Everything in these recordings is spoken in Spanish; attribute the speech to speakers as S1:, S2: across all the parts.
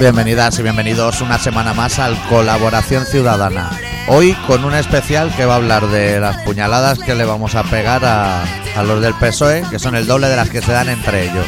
S1: Bienvenidas y bienvenidos una semana más al Colaboración Ciudadana. Hoy con un especial que va a hablar de las puñaladas que le vamos a pegar a, a los del PSOE, E, que son el doble de las que se dan entre ellos.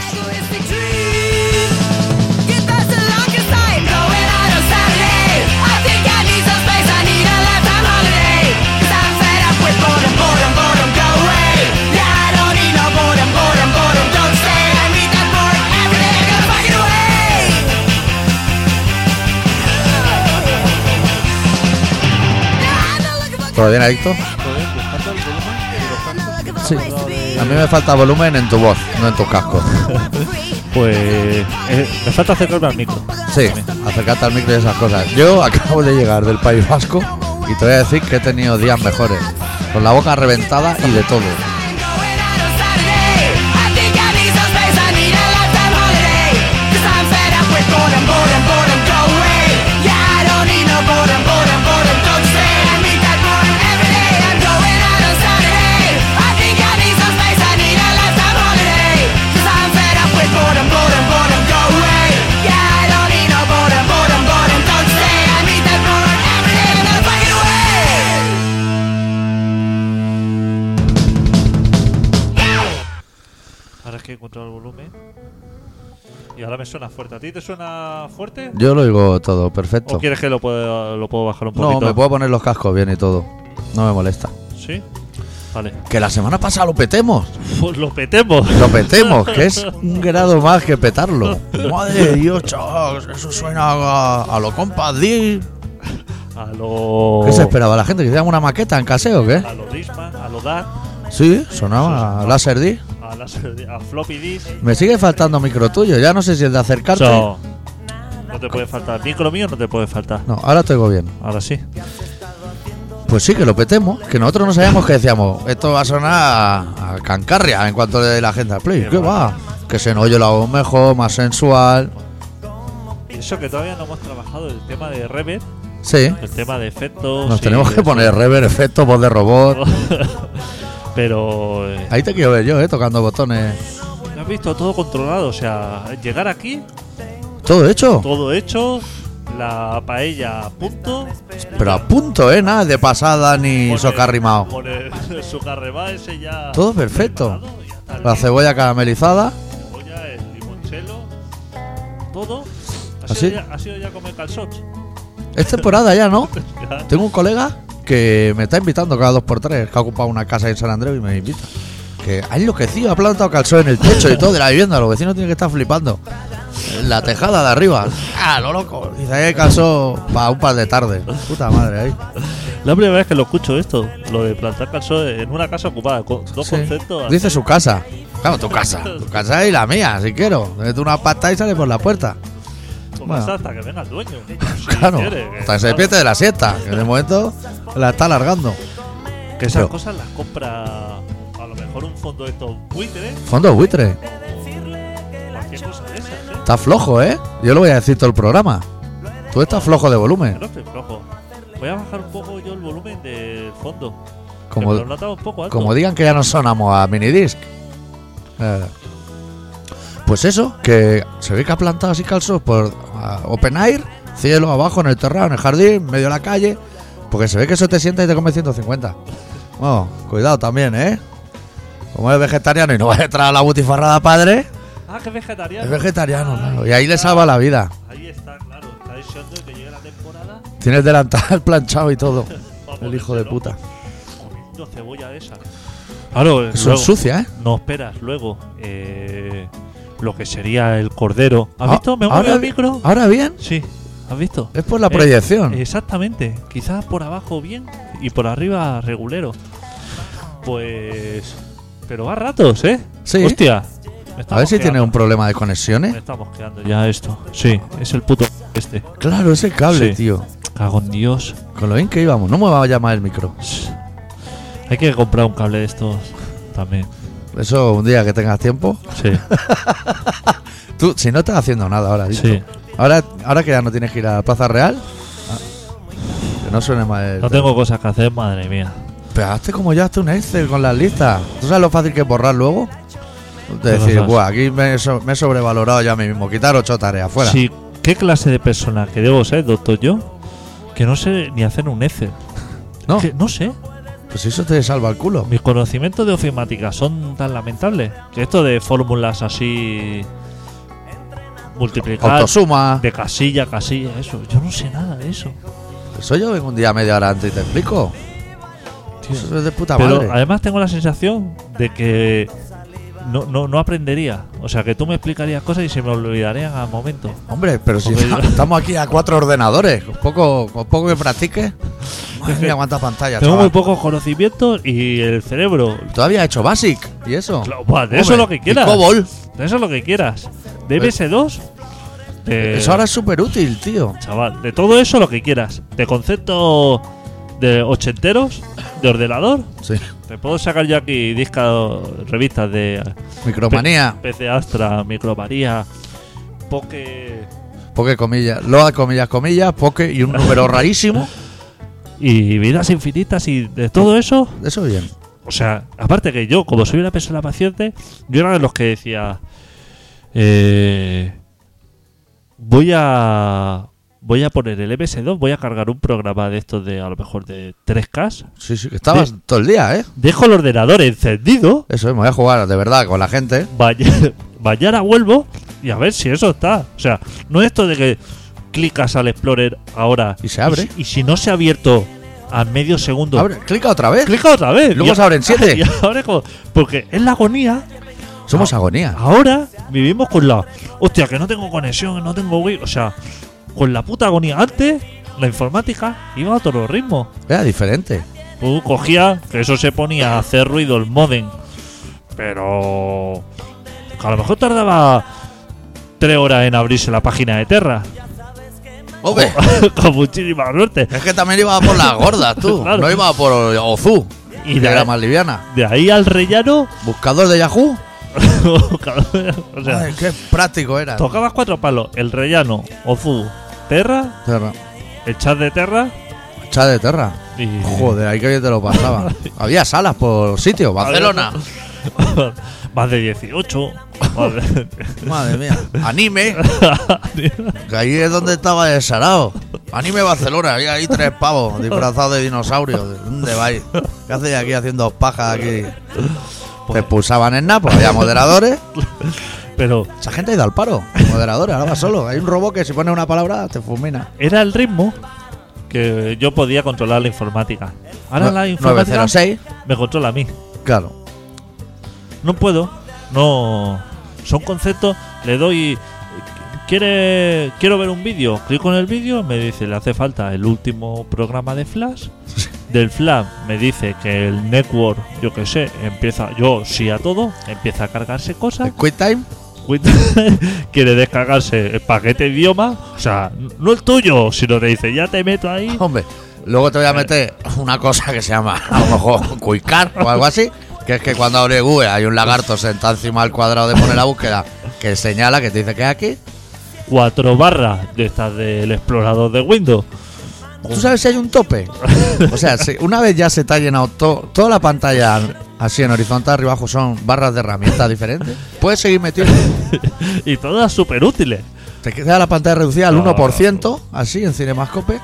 S1: ¿Todo bien, Adicto?
S2: Joder, ¿te falta el volumen de los cascos?
S1: Sí.
S2: Lo de-
S1: A mí me falta volumen en tu voz, no en tus cascos.
S2: Pues eh, me falta acercarme al micro.
S1: Sí, acercarte al micro y esas cosas. Yo acabo de llegar del País Vasco y te voy a decir que he tenido días mejores. Con la boca reventada y de todo.
S2: Ahora es que he encontrado el volumen. Y ahora me suena fuerte. ¿A ti te suena fuerte?
S1: Yo lo oigo todo
S2: ¿O
S1: perfecto.
S2: quieres que lo pueda, lo puedo bajar un
S1: No,
S2: poquito?
S1: me puedo poner los cascos bien y todo. No me molesta.
S2: ¿Sí? Vale.
S1: Que la semana pasada lo petemos.
S2: Pues lo petemos.
S1: Lo petemos, que es un grado más que petarlo. Madre de Dios, chavos, eso suena a, a lo compas D. Oh.
S2: A lo.
S1: ¿Qué se esperaba la gente? ¿Que hiciéramos una maqueta en caseo o qué?
S2: A lo Disman, a lo DAT,
S1: Sí, sonaba a láser D.
S2: a, las- a Floppy Disk.
S1: Me sigue faltando micro tuyo, ya no sé si el de acercarte.
S2: So, no te puede faltar. Micro mío no te puede faltar.
S1: No, ahora te oigo bien.
S2: Ahora sí.
S1: Pues sí, que lo petemos, que nosotros no sabíamos que decíamos, esto va a sonar a, a cancarria en cuanto le dé la agenda al play.
S2: Qué
S1: ¿Qué va? Que se nos oye la voz mejor, más sensual.
S2: Y eso que todavía no hemos trabajado el tema de reverb,
S1: Sí,
S2: el tema de efectos.
S1: nos
S2: y
S1: tenemos que
S2: eso.
S1: poner rever, efecto, voz de robot.
S2: Pero eh,
S1: Ahí te quiero ver yo, eh, tocando botones.
S2: lo has visto todo controlado, o sea, llegar aquí,
S1: Todo hecho,
S2: todo hecho, la paella a punto,
S1: pero a punto, eh, nada de pasada ni
S2: con
S1: socarrimado.
S2: con el, su carrema ese ya
S1: Todo perfecto.
S2: preparado, ya está
S1: La
S2: listo,
S1: cebolla caramelizada.
S2: cebolla, el limonchelo, todo. Ha
S1: ¿Así?
S2: sido, ya, ha sido ya comer calzots.
S1: Es temporada ya, ¿no?
S2: Ya.
S1: Tengo un colega que me está invitando cada dos por tres, que ha ocupado una casa en San Andreu y me invita. Que ha enloquecido, ha plantado calzón en el techo y todo de la vivienda. Los vecinos tienen que estar flipando. En La tejada de arriba. ¡Ah, lo loco! Dice ahí hay calzón para un par de tarde. Puta madre, ahí.
S2: La primera vez que lo escucho esto, lo de plantar calzón en una casa ocupada, con dos
S1: Sí.
S2: conceptos.
S1: Dice su casa. Claro, tu casa. Tu casa y la mía, si quiero. Mete una pata y sale por la puerta.
S2: Pues
S1: bueno.
S2: hasta que venga el dueño. si
S1: Claro.
S2: quiere, que-
S1: Hasta que se despierte de la siesta. Que de momento la está alargando.
S2: Que esas
S1: Pero-
S2: cosas las compra a lo mejor un fondo de estos buitres
S1: Fondo buitre.
S2: o cualquier cosa de esas, ¿eh?
S1: Está flojo, ¿eh? Yo lo voy a decir todo el programa. Tú estás flojo de volumen.
S2: Pero estoy flojo. Voy a bajar un poco yo el volumen del fondo. que me lo
S1: Como,
S2: notaba un poco alto.
S1: como digan que ya no sonamos a minidisc. Eh, pues eso, que se ve que ha plantado así calzos por ah, open air, cielo, abajo, en el terrado, en el jardín, medio de la calle. Porque se ve que eso te sienta y te come 150. Bueno, cuidado también, ¿eh? Como eres vegetariano y no vas a entrar a la butifarrada padre,
S2: Ah, que es
S1: es
S2: vegetariano.
S1: vegetariano, claro, Y ahí le salva la vida.
S2: Ahí está, claro. Está deseando que llegue la temporada.
S1: Tienes delantal planchado y todo.
S2: Vamos,
S1: El hijo de
S2: desde luego,
S1: puta.
S2: Comiendo cebolla de esa. Claro,
S1: Eso es
S2: luego,
S1: sucia, ¿eh?
S2: no esperas luego eh, lo que sería el cordero. ¿Has
S1: Ah,
S2: visto? Me he
S1: ahora ah.
S2: movido el
S1: bi-
S2: micro.
S1: Ahora bien,
S2: Sí, ¿has visto?
S1: es por la
S2: Eh,
S1: proyección.
S2: Exactamente, quizás por abajo bien y por arriba regulero. Pues. Pero va a ratos, ¿eh?
S1: Sí.
S2: Hostia. me está
S1: a ver si tiene
S2: mosqueando.
S1: un problema ¿eh? de conexiones.
S2: Me está mosqueando ya esto. Sí, es el puto este.
S1: Claro, ese cable,
S2: Sí.
S1: tío.
S2: Cago en Dios.
S1: Con lo bien que íbamos. No me va a llamar el micro.
S2: Hay que comprar un cable de estos también.
S1: Eso un día que tengas tiempo.
S2: Sí,
S1: Tú, si no estás haciendo nada ahora, dicho.
S2: sí.
S1: Ahora, ahora que ya no tienes que ir a Plaza Real. ah, que no suene mal. el-
S2: No tengo cosas que hacer, madre mía.
S1: Pero hazte como ya hazte un Excel con las listas. ¿Tú sabes lo fácil que es borrar luego? De
S2: Pero
S1: decir,
S2: no sabes.
S1: buah, aquí me, he so- me he sobrevalorado ya a mí mismo. Quitar ocho tareas fuera.
S2: Si ¿Qué clase de persona que debo ser, doctor, yo? Que no sé ni hacer un ECE.
S1: No,
S2: Que no sé.
S1: pues eso te salva el culo.
S2: Mis conocimientos de ofimática son tan lamentables. Que esto de fórmulas así. Multiplicar
S1: Autosuma.
S2: Ah, de casilla a casilla, eso. Yo no sé nada de eso.
S1: Eso yo vengo un día media hora antes y te explico.
S2: tío.
S1: Eso eh. es de puta
S2: Pero
S1: madre.
S2: además tengo la sensación de que no, no, no aprendería. O sea, que tú me explicarías cosas y se me olvidarían al momento.
S1: Hombre, pero si
S2: Hombre, yo-
S1: estamos aquí a cuatro ordenadores, con poco, con poco que practiques. Madre mía, cuánta pantalla,
S2: tengo muy
S1: chaval.
S2: pocos conocimientos y el cerebro.
S1: Todavía he hecho Basic y eso.
S2: Claro, buah, de eso es
S1: Hombre,
S2: lo que quieras.
S1: Y COBOL. Pues
S2: De eso es lo que quieras. De MS2. de-
S1: Eso ahora es súper útil, tío.
S2: Chaval, de todo eso lo que quieras. De conceptos de ochenteros, de ordenador.
S1: Sí.
S2: Te puedo sacar yo aquí discos, revistas de
S1: Micromanía.
S2: PC Astra, Micromaría, Poke
S1: Poke comillas. Loa comillas comillas. Poke y un número rarísimo.
S2: y vidas infinitas y de todo eso.
S1: Eso bien.
S2: O sea, aparte que yo, como soy una persona paciente, yo era de los que decía, eh, voy a voy a poner el MS2, voy a cargar un programa de estos de a lo mejor de 3K.
S1: Sí, sí, que estabas todo el día, ¿eh?
S2: Dejo el ordenador encendido,
S1: Eso, eh, me voy a jugar de verdad con la gente.
S2: mañana, mañana vuelvo y a ver si eso está. O sea, no es esto de que clicas al Explorer ahora
S1: Y se abre.
S2: Y si, y si no se ha abierto a medio segundo,
S1: Abre, clica otra vez.
S2: clica otra vez.
S1: Luego
S2: Y
S1: se abren siete.
S2: y ahora como- porque es la agonía
S1: Somos agonía.
S2: Ahora vivimos con la. Hostia, que no tengo conexión, no tengo wifi. O sea, con la puta agonía. Antes, la informática iba a otro ritmo.
S1: Era diferente.
S2: Tú cogías, que eso se ponía a hacer ruido el modem. Pero. Que a lo mejor tardaba. Tres horas en abrirse la página de Terra.
S1: Hombre,
S2: Con muchísima suerte.
S1: es que también iba por las gordas, tú.
S2: Claro.
S1: No iba por Ozu.
S2: Y
S1: Y
S2: de,
S1: era más liviana.
S2: de ahí al rellano.
S1: Buscador de Yahoo.
S2: o sea,
S1: Ay, qué práctico era.
S2: tocabas cuatro palos. El rellano, Ozu, Terra,
S1: Terra.
S2: el chat de Terra.
S1: Chá de Terra.
S2: Y,
S1: Joder, ahí que bien te lo pasaba. Había salas por sitio. Barcelona.
S2: más de 18. más de-
S1: Madre mía. Anime. Que ahí es donde estaba el sarao. Anime Barcelona, había ahí tres pavos disfrazados de dinosaurios. ¿Dónde vais? ¿Qué hacéis aquí haciendo pajas aquí? Te
S2: Pues-
S1: expulsaban en Napo, había moderadores.
S2: Pero
S1: Esa gente ha ido al paro. Moderadores, ahora va solo. Hay un robot que si pone una palabra te fulmina.
S2: era el ritmo que yo podía controlar la informática. Ahora
S1: Nue-
S2: la informática
S1: 906,
S2: me controla a mí.
S1: claro.
S2: No puedo. No. Son conceptos. Le doy. ¿Quiere, quiero ver un vídeo. Clico en el vídeo. Me dice, le hace falta el último programa de Flash. Del Flash me dice que el network, yo que sé, empieza. Yo sí a todo. Empieza a cargarse cosas.
S1: El Quick Time,
S2: Cuenta- quiere descargarse el paquete de idioma, o sea, no el tuyo, sino te dice, ya te meto ahí.
S1: hombre. Luego te voy a meter una cosa que se llama, a lo mejor, Quickcar o algo así. Que es que cuando abre Google hay un lagarto sentado encima al cuadrado de poner la búsqueda que señala que te dice que es aquí.
S2: Cuatro barras de estas del explorador de Windows.
S1: ¿Tú sabes si hay un tope? O sea, si una vez ya se te ha llenado to- toda la pantalla así en horizontal, arriba abajo son barras de herramientas diferentes. Puedes seguir metiendo.
S2: Y todas súper útiles.
S1: Te queda la pantalla reducida al
S2: Claro.
S1: 1%, así en Cinemascope.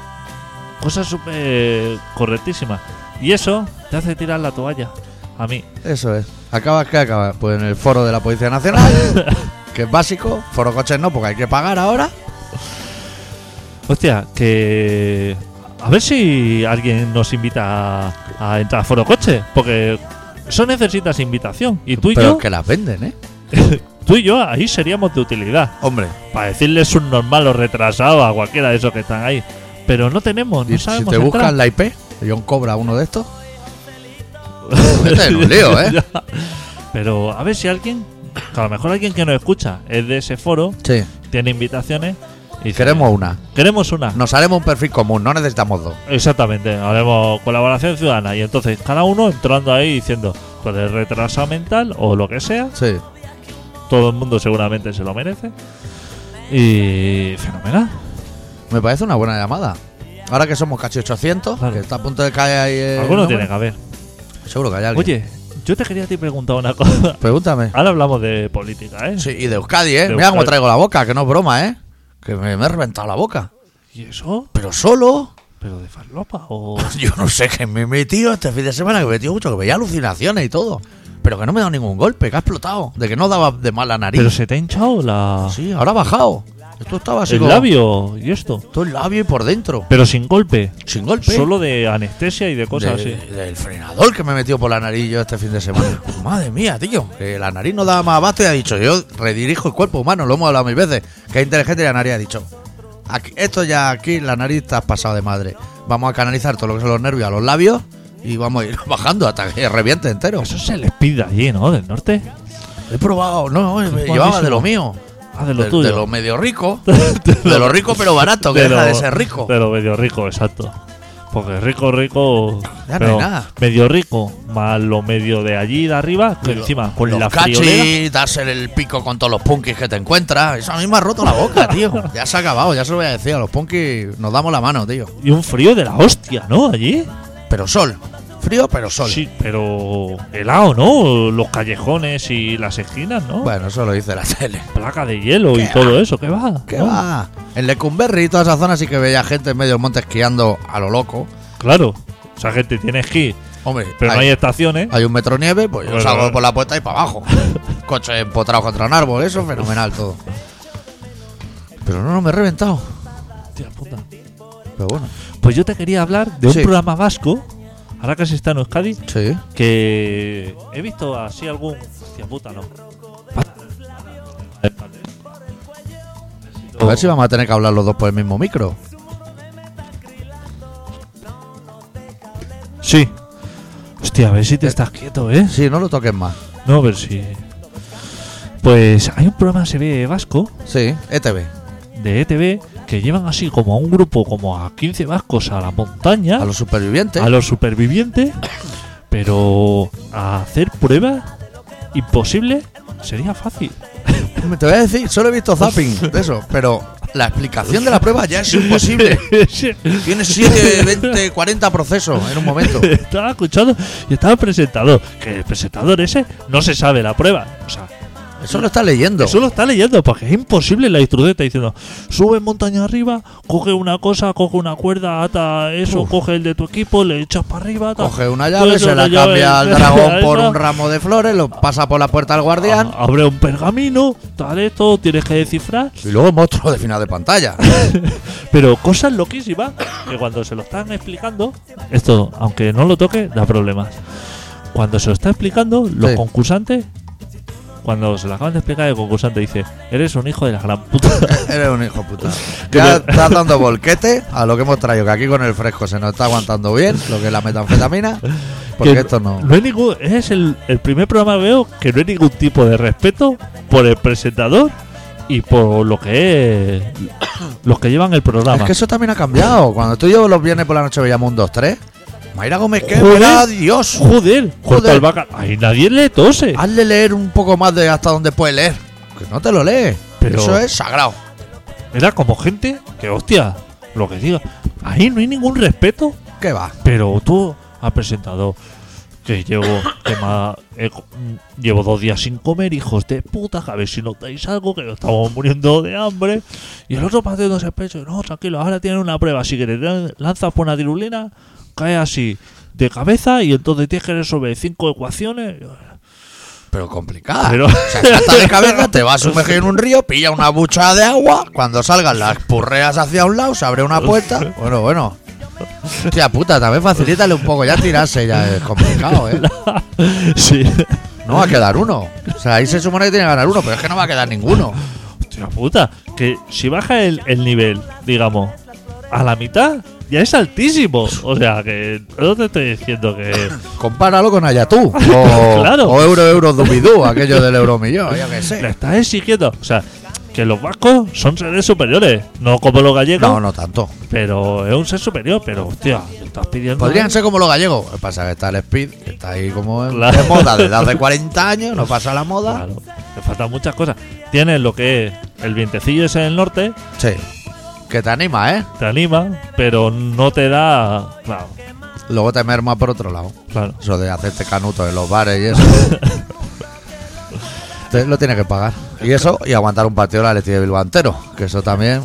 S2: Cosas súper correctísimas. Y eso te hace tirar la toalla. A mí.
S1: Eso es. Acabas que acabas. Pues en el foro de la Policía Nacional, que es básico. Foro coches no, porque hay que pagar ahora.
S2: Hostia, que... A ver si alguien nos invita a, a entrar a Foro Coche, porque eso necesitas invitación. Y tú y,
S1: Pero
S2: yo,
S1: que las venden, ¿eh?
S2: tú y yo ahí seríamos de utilidad.
S1: Hombre,
S2: Para decirles un normal o retrasado a cualquiera de esos que están ahí. Pero no tenemos, no
S1: y si
S2: sabemos
S1: te
S2: entrar.
S1: buscan la IP, John cobra uno de estos. Este es un lío, ¿eh?
S2: Ya. Pero a ver si alguien, que a lo mejor alguien que nos escucha es de ese foro,
S1: Sí.
S2: tiene invitaciones. Y dice,
S1: Queremos una.
S2: Queremos una.
S1: Nos haremos un perfil común, no necesitamos dos.
S2: Exactamente, haremos colaboración ciudadana. Y entonces cada uno entrando ahí diciendo, pues el retraso mental o lo que sea,
S1: Sí.
S2: todo el mundo seguramente se lo merece. Y fenomenal.
S1: Me parece una buena llamada. Ahora que somos casi 800,
S2: Claro.
S1: que está a punto de caer ahí. el
S2: Alguno
S1: número,
S2: tiene que haber.
S1: Seguro que hay alguien.
S2: Oye, yo te quería a ti preguntar una cosa.
S1: Pregúntame.
S2: Ahora hablamos de política, ¿eh?
S1: Sí, y de Euskadi, ¿eh?
S2: De
S1: Mira cómo
S2: Euskadi.
S1: traigo la boca, que no es broma, ¿eh? que me, me he reventado la boca.
S2: ¿Y eso?
S1: Pero solo,
S2: ¿Pero de farlopa o...?
S1: yo no sé qué me he metido este fin de semana, que me he metido mucho, que veía alucinaciones y todo. Pero que no me he dado ningún golpe, que ha explotado. De que no daba de mala nariz.
S2: ¿Pero se te ha hinchado la...
S1: Sí, ahora ha bajado. Esto estaba así
S2: el
S1: como-
S2: labio y esto?
S1: Todo el labio y por dentro.
S2: Pero sin golpe.
S1: Sin golpe.
S2: Solo de anestesia y de cosas
S1: De-
S2: Pues así.
S1: Del frenador que me he metido por la nariz yo este fin de semana.
S2: Pues
S1: Madre mía, tío. Que la nariz no daba más abasto y ha dicho, yo redirijo el cuerpo humano, lo hemos hablado mil veces. Que es inteligente y la nariz ha dicho. "Aquí- esto ya aquí, la nariz te has pasado de madre. Vamos a canalizar todo lo que son los nervios a los labios y vamos a ir bajando hasta que reviente entero.
S2: Eso se les pide allí, ¿no? Del norte.
S1: He probado, no, me
S2: Buenísimo.
S1: llevaba de lo mío.
S2: Ah, de lo
S1: de,
S2: tuyo.
S1: de lo medio rico.
S2: De
S1: De lo rico pero barato, que
S2: de
S1: deja
S2: lo-
S1: de ser rico.
S2: de lo medio rico, exacto. Porque rico, rico.
S1: Ya no
S2: pero
S1: hay nada.
S2: Medio rico, más lo medio de allí de arriba, que encima con
S1: los
S2: la
S1: cachis,
S2: friolera.
S1: darse el pico con todos los punkis que te encuentras. Eso a mí me ha roto la boca, tío. Ya se ha acabado, ya se lo voy a decir. A los punkis nos damos la mano, tío.
S2: Y un frío de la hostia, ¿no? Allí.
S1: Pero sol. Frío, pero sol.
S2: Sí, pero helado, ¿no? Los callejones y las esquinas, ¿no?
S1: Bueno, eso lo dice la tele.
S2: Placa de hielo y
S1: ¿Qué
S2: todo eso, ¿qué va?
S1: ¿Qué
S2: ¿No?
S1: va? En Lecumberri y toda esa zona sí que veía gente en medio del monte esquiando a lo loco.
S2: Claro. Esa gente tiene esquí,
S1: Hombre,
S2: pero no hay estaciones.
S1: hay un metro nieve, pues yo
S2: Bueno,
S1: salgo
S2: bueno.
S1: por la puerta y para abajo. Coche empotrado contra un árbol, eso fenomenal todo. Pero no, no me he reventado.
S2: Hostia puta.
S1: Pero bueno,
S2: Pues yo te quería hablar de un
S1: Sí.
S2: programa vasco, ahora que se está en Euskadi,
S1: sí.
S2: que he visto así algún. Hostia puta, no.
S1: A ver
S2: Oh.
S1: si vamos a tener que hablar los dos por el mismo micro.
S2: Sí. Hostia, a ver si te estás quieto, ¿eh?
S1: Sí, no lo toques más.
S2: No, a ver si. Pues hay un programa se ve vasco
S1: Sí, E ETV.
S2: de ETV que llevan así como a un grupo, como a 15 vascos a la montaña,
S1: A los supervivientes.
S2: ¿Ah? a los supervivientes, pero a hacer pruebas imposible sería fácil.
S1: Te voy a decir, solo he visto zapping de eso, pero la explicación de la prueba ya es imposible. Tienes 7, 20, 40 procesos en un momento.
S2: estaba escuchando y estaba el presentador. Que el presentador ese no se sabe la prueba. O sea,
S1: Eso lo estás leyendo.
S2: eso lo está leyendo porque es imposible. La instrucción está diciendo: sube montaña arriba, coge una cosa, coge una cuerda, ata eso,
S1: Uf.
S2: coge el de tu equipo, le echas para arriba. ata".
S1: Coge una llave,
S2: Coge
S1: se la
S2: una llave,
S1: cambia al dragón por un
S2: esa,
S1: ramo de flores, lo pasa por la puerta al guardián.
S2: a- Abre un pergamino, tal esto, tienes que descifrar.
S1: Y luego monstruo de final de pantalla.
S2: Pero cosas loquísimas que cuando se lo están explicando, esto, aunque no lo toque, da problemas. Cuando se lo está explicando, los
S1: Sí.
S2: concursantes, cuando se lo acaban de explicar, el concursante dice: Eres un hijo de la gran puta.
S1: Eres un hijo puta.
S2: Que
S1: Ya
S2: me-
S1: estás dando volquete a lo que hemos traído, que aquí con el fresco se nos está aguantando bien, lo que es la metanfetamina, porque
S2: Que
S1: esto no.
S2: no hay ningún, es el, el primer programa que veo que no hay ningún tipo de respeto por el presentador y por lo que es los que llevan el programa.
S1: Es que eso también ha cambiado. Cuando tú y yo los viernes por la noche veíamos un 2-3, Mayra Gómez, que
S2: Joder.
S1: era Dios.
S2: Joder, corta
S1: Joder. Ah.
S2: el vaca. Ahí nadie le tose.
S1: Hazle leer un poco más de hasta donde puede leer. Que no te lo lee.
S2: Pero-
S1: Eso es sagrado.
S2: Era como gente que, hostia, lo que diga. Ahí no hay ningún respeto,
S1: ¿Qué va?
S2: pero tú has presentado que llevo, que me ha- he co- mm, llevo dos días sin comer, hijos de puta, que a ver si notáis algo, que nos estamos muriendo de hambre. Y el otro partiéndose el pecho, no, tranquilo, ahora tienen una prueba, así que te dan- lanzas por una tirulina, caes así de cabeza y entonces tienes que resolver cinco ecuaciones.
S1: Pero complicada.
S2: Pero-
S1: O sea, hasta de cabeza te vas a sumergir en un río, pilla una bucha de agua. Cuando salgan las purreas hacia un lado, se abre una puerta. Bueno, bueno. Hostia puta, también facilítale un poco. Ya tirarse ya es complicado, ¿eh?
S2: sí.
S1: No va a quedar uno. O sea, ahí se supone que tiene que ganar uno, pero es que no va a quedar ninguno.
S2: Hostia puta, que si baja el, el nivel, digamos, a la mitad, ya es altísimo. O sea, que no te estoy diciendo que.
S1: Compáralo con Ayatú o,
S2: Claro.
S1: o Euro Euro Dubidú, aquello del Euromillón, yo qué
S2: Le
S1: sé.
S2: estás exigiendo. O sea, que los vascos son seres superiores, no como los gallegos,
S1: No, no tanto.
S2: pero es un ser superior. Pero hostia, le estás pidiendo.
S1: Podrían ser como los gallegos. Lo que pasa es que está el Speed, que está ahí como en,
S2: Claro.
S1: de moda desde hace 40 años, no pasa la moda.
S2: Claro, te faltan muchas cosas. Tienes lo que es el vientecillo ese en el norte,
S1: Sí. Que te anima, ¿eh?
S2: te anima, pero no te da. Claro,
S1: Luego te merma por otro lado.
S2: claro.
S1: Eso de hacerte canuto en los bares y eso. Te- lo tiene que pagar. Y eso, y aguantar un partido de la Leti de Bilbao entero, que eso también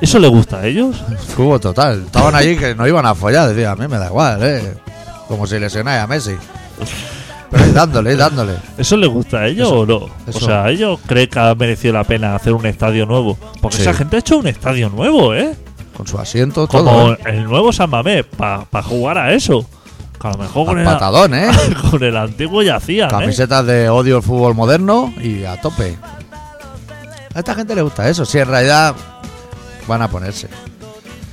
S2: ¿Eso le gusta a ellos?
S1: cubo total. Estaban allí que no iban a follar, decía, a mí me da igual, eh. Como si lesionáis a Messi. Pero ahí dándole, ahí dándole.
S2: ¿Eso le gusta a ellos
S1: Eso-
S2: o no?
S1: eso.
S2: O sea, ellos creen que ha merecido la pena hacer un estadio nuevo. Porque
S1: Sí.
S2: esa gente ha hecho un estadio nuevo, ¿eh?
S1: Con su asiento,
S2: Como
S1: todo. ¿eh?
S2: el nuevo San Mamés, para jugar a eso. Que a lo mejor con
S1: Al
S2: el,
S1: patadón, eh.
S2: con el antiguo ya hacían, ¿eh?
S1: Camisetas de odio al fútbol moderno y a tope. A esta gente le gusta eso. Si en realidad van a ponerse.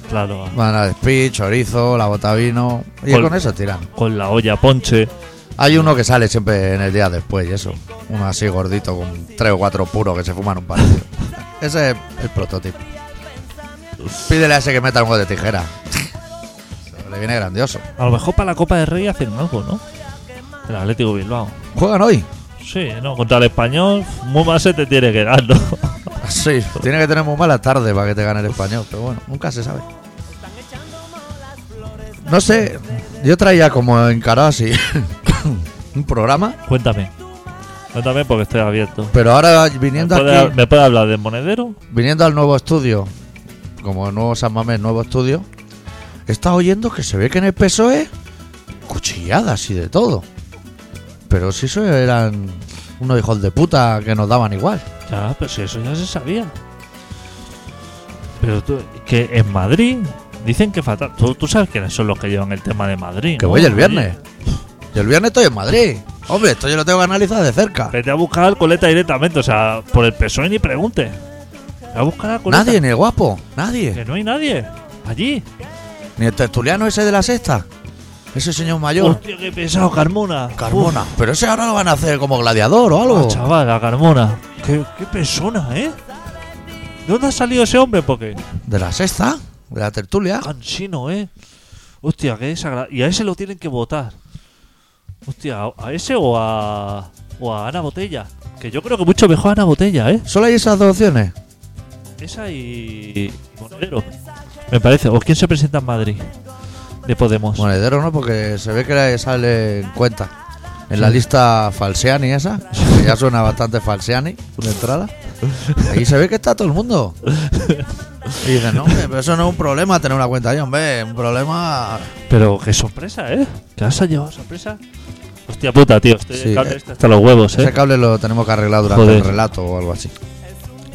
S2: Claro,
S1: Van a speech, chorizo, la bota vino. Y
S2: Col-
S1: con eso tiran.
S2: con la olla ponche.
S1: Hay uno que sale siempre en el día después y eso. Uno así gordito con tres o cuatro puros que se fuman un partido. Ese es el prototipo. Pídele a ese que meta un gol de tijera. Se le viene grandioso.
S2: A lo mejor para la Copa del Rey hacen algo, ¿no? El Atlético Bilbao.
S1: ¿Juegan hoy?
S2: Sí, ¿no? Contra el español, muy mal se te tiene que dar, ¿no?
S1: Sí. Tiene que tener muy mala tarde para que te gane el español, pero bueno, nunca se sabe. No sé, yo traía como encarado así un programa,
S2: Cuéntame. Cuéntame porque estoy abierto.
S1: pero ahora
S2: ¿Me
S1: viniendo
S2: puede,
S1: aquí,
S2: me puede hablar del monedero?
S1: viniendo al nuevo estudio, como nuevo San Mamés, nuevo estudio, he estado oyendo que se ve que en el PSOE E cuchilladas y de todo. Pero si eso eran unos hijos de puta que nos daban igual.
S2: Ya, pero si eso ya se sabía. Pero tú, que en Madrid dicen que fatal. Tú, tú sabes quiénes son los que llevan el tema de Madrid.
S1: Que
S2: ¿no?
S1: voy el viernes. Y el viernes estoy en Madrid. Hombre, esto yo lo tengo que analizar de cerca.
S2: Vete a buscar al coleta directamente, o sea, por el PSOE ni pregunte. Ve a buscar al coleta.
S1: Nadie, ni el guapo, nadie.
S2: Que no hay nadie. Allí.
S1: Ni el tertuliano ese de la sexta. Ese señor mayor.
S2: Hostia, qué pesado, Carmona.
S1: Carmona. Pero ese ahora lo van a hacer como gladiador o
S2: Uf,
S1: algo.
S2: ah, chaval, la Carmona. Qué, qué persona, ¿eh? ¿De dónde ha salido ese hombre? Porque
S1: De la sexta, de la tertulia.
S2: cansino, ¿eh? Hostia, qué desagradable. Y a ese lo tienen que votar. Hostia, ¿a- ¿a ese o a, o a Ana Botella? Que yo creo que mucho mejor Ana Botella, ¿eh?
S1: Solo hay esas dos opciones.
S2: Esa y. y Monedero. Me parece. ¿O quién se presenta en Madrid? De Podemos.
S1: Monedero no, porque se ve que le sale en cuenta. En la
S2: Sí.
S1: lista Falseani esa, que ya suena bastante Falseani, una entrada. Ahí se ve que está todo el mundo. Y dicen, no, hombre, pero eso no es un problema tener una cuenta ahí, hombre. Un problema
S2: Pero qué sorpresa, ¿eh? ¿Qué has llevado sorpresa? Hostia puta, tío. Estoy
S1: Sí,
S2: cable
S1: eh.
S2: este hasta los huevos, ¿eh?
S1: Ese cable lo tenemos que arreglar durante
S2: Joder.
S1: el relato o algo así.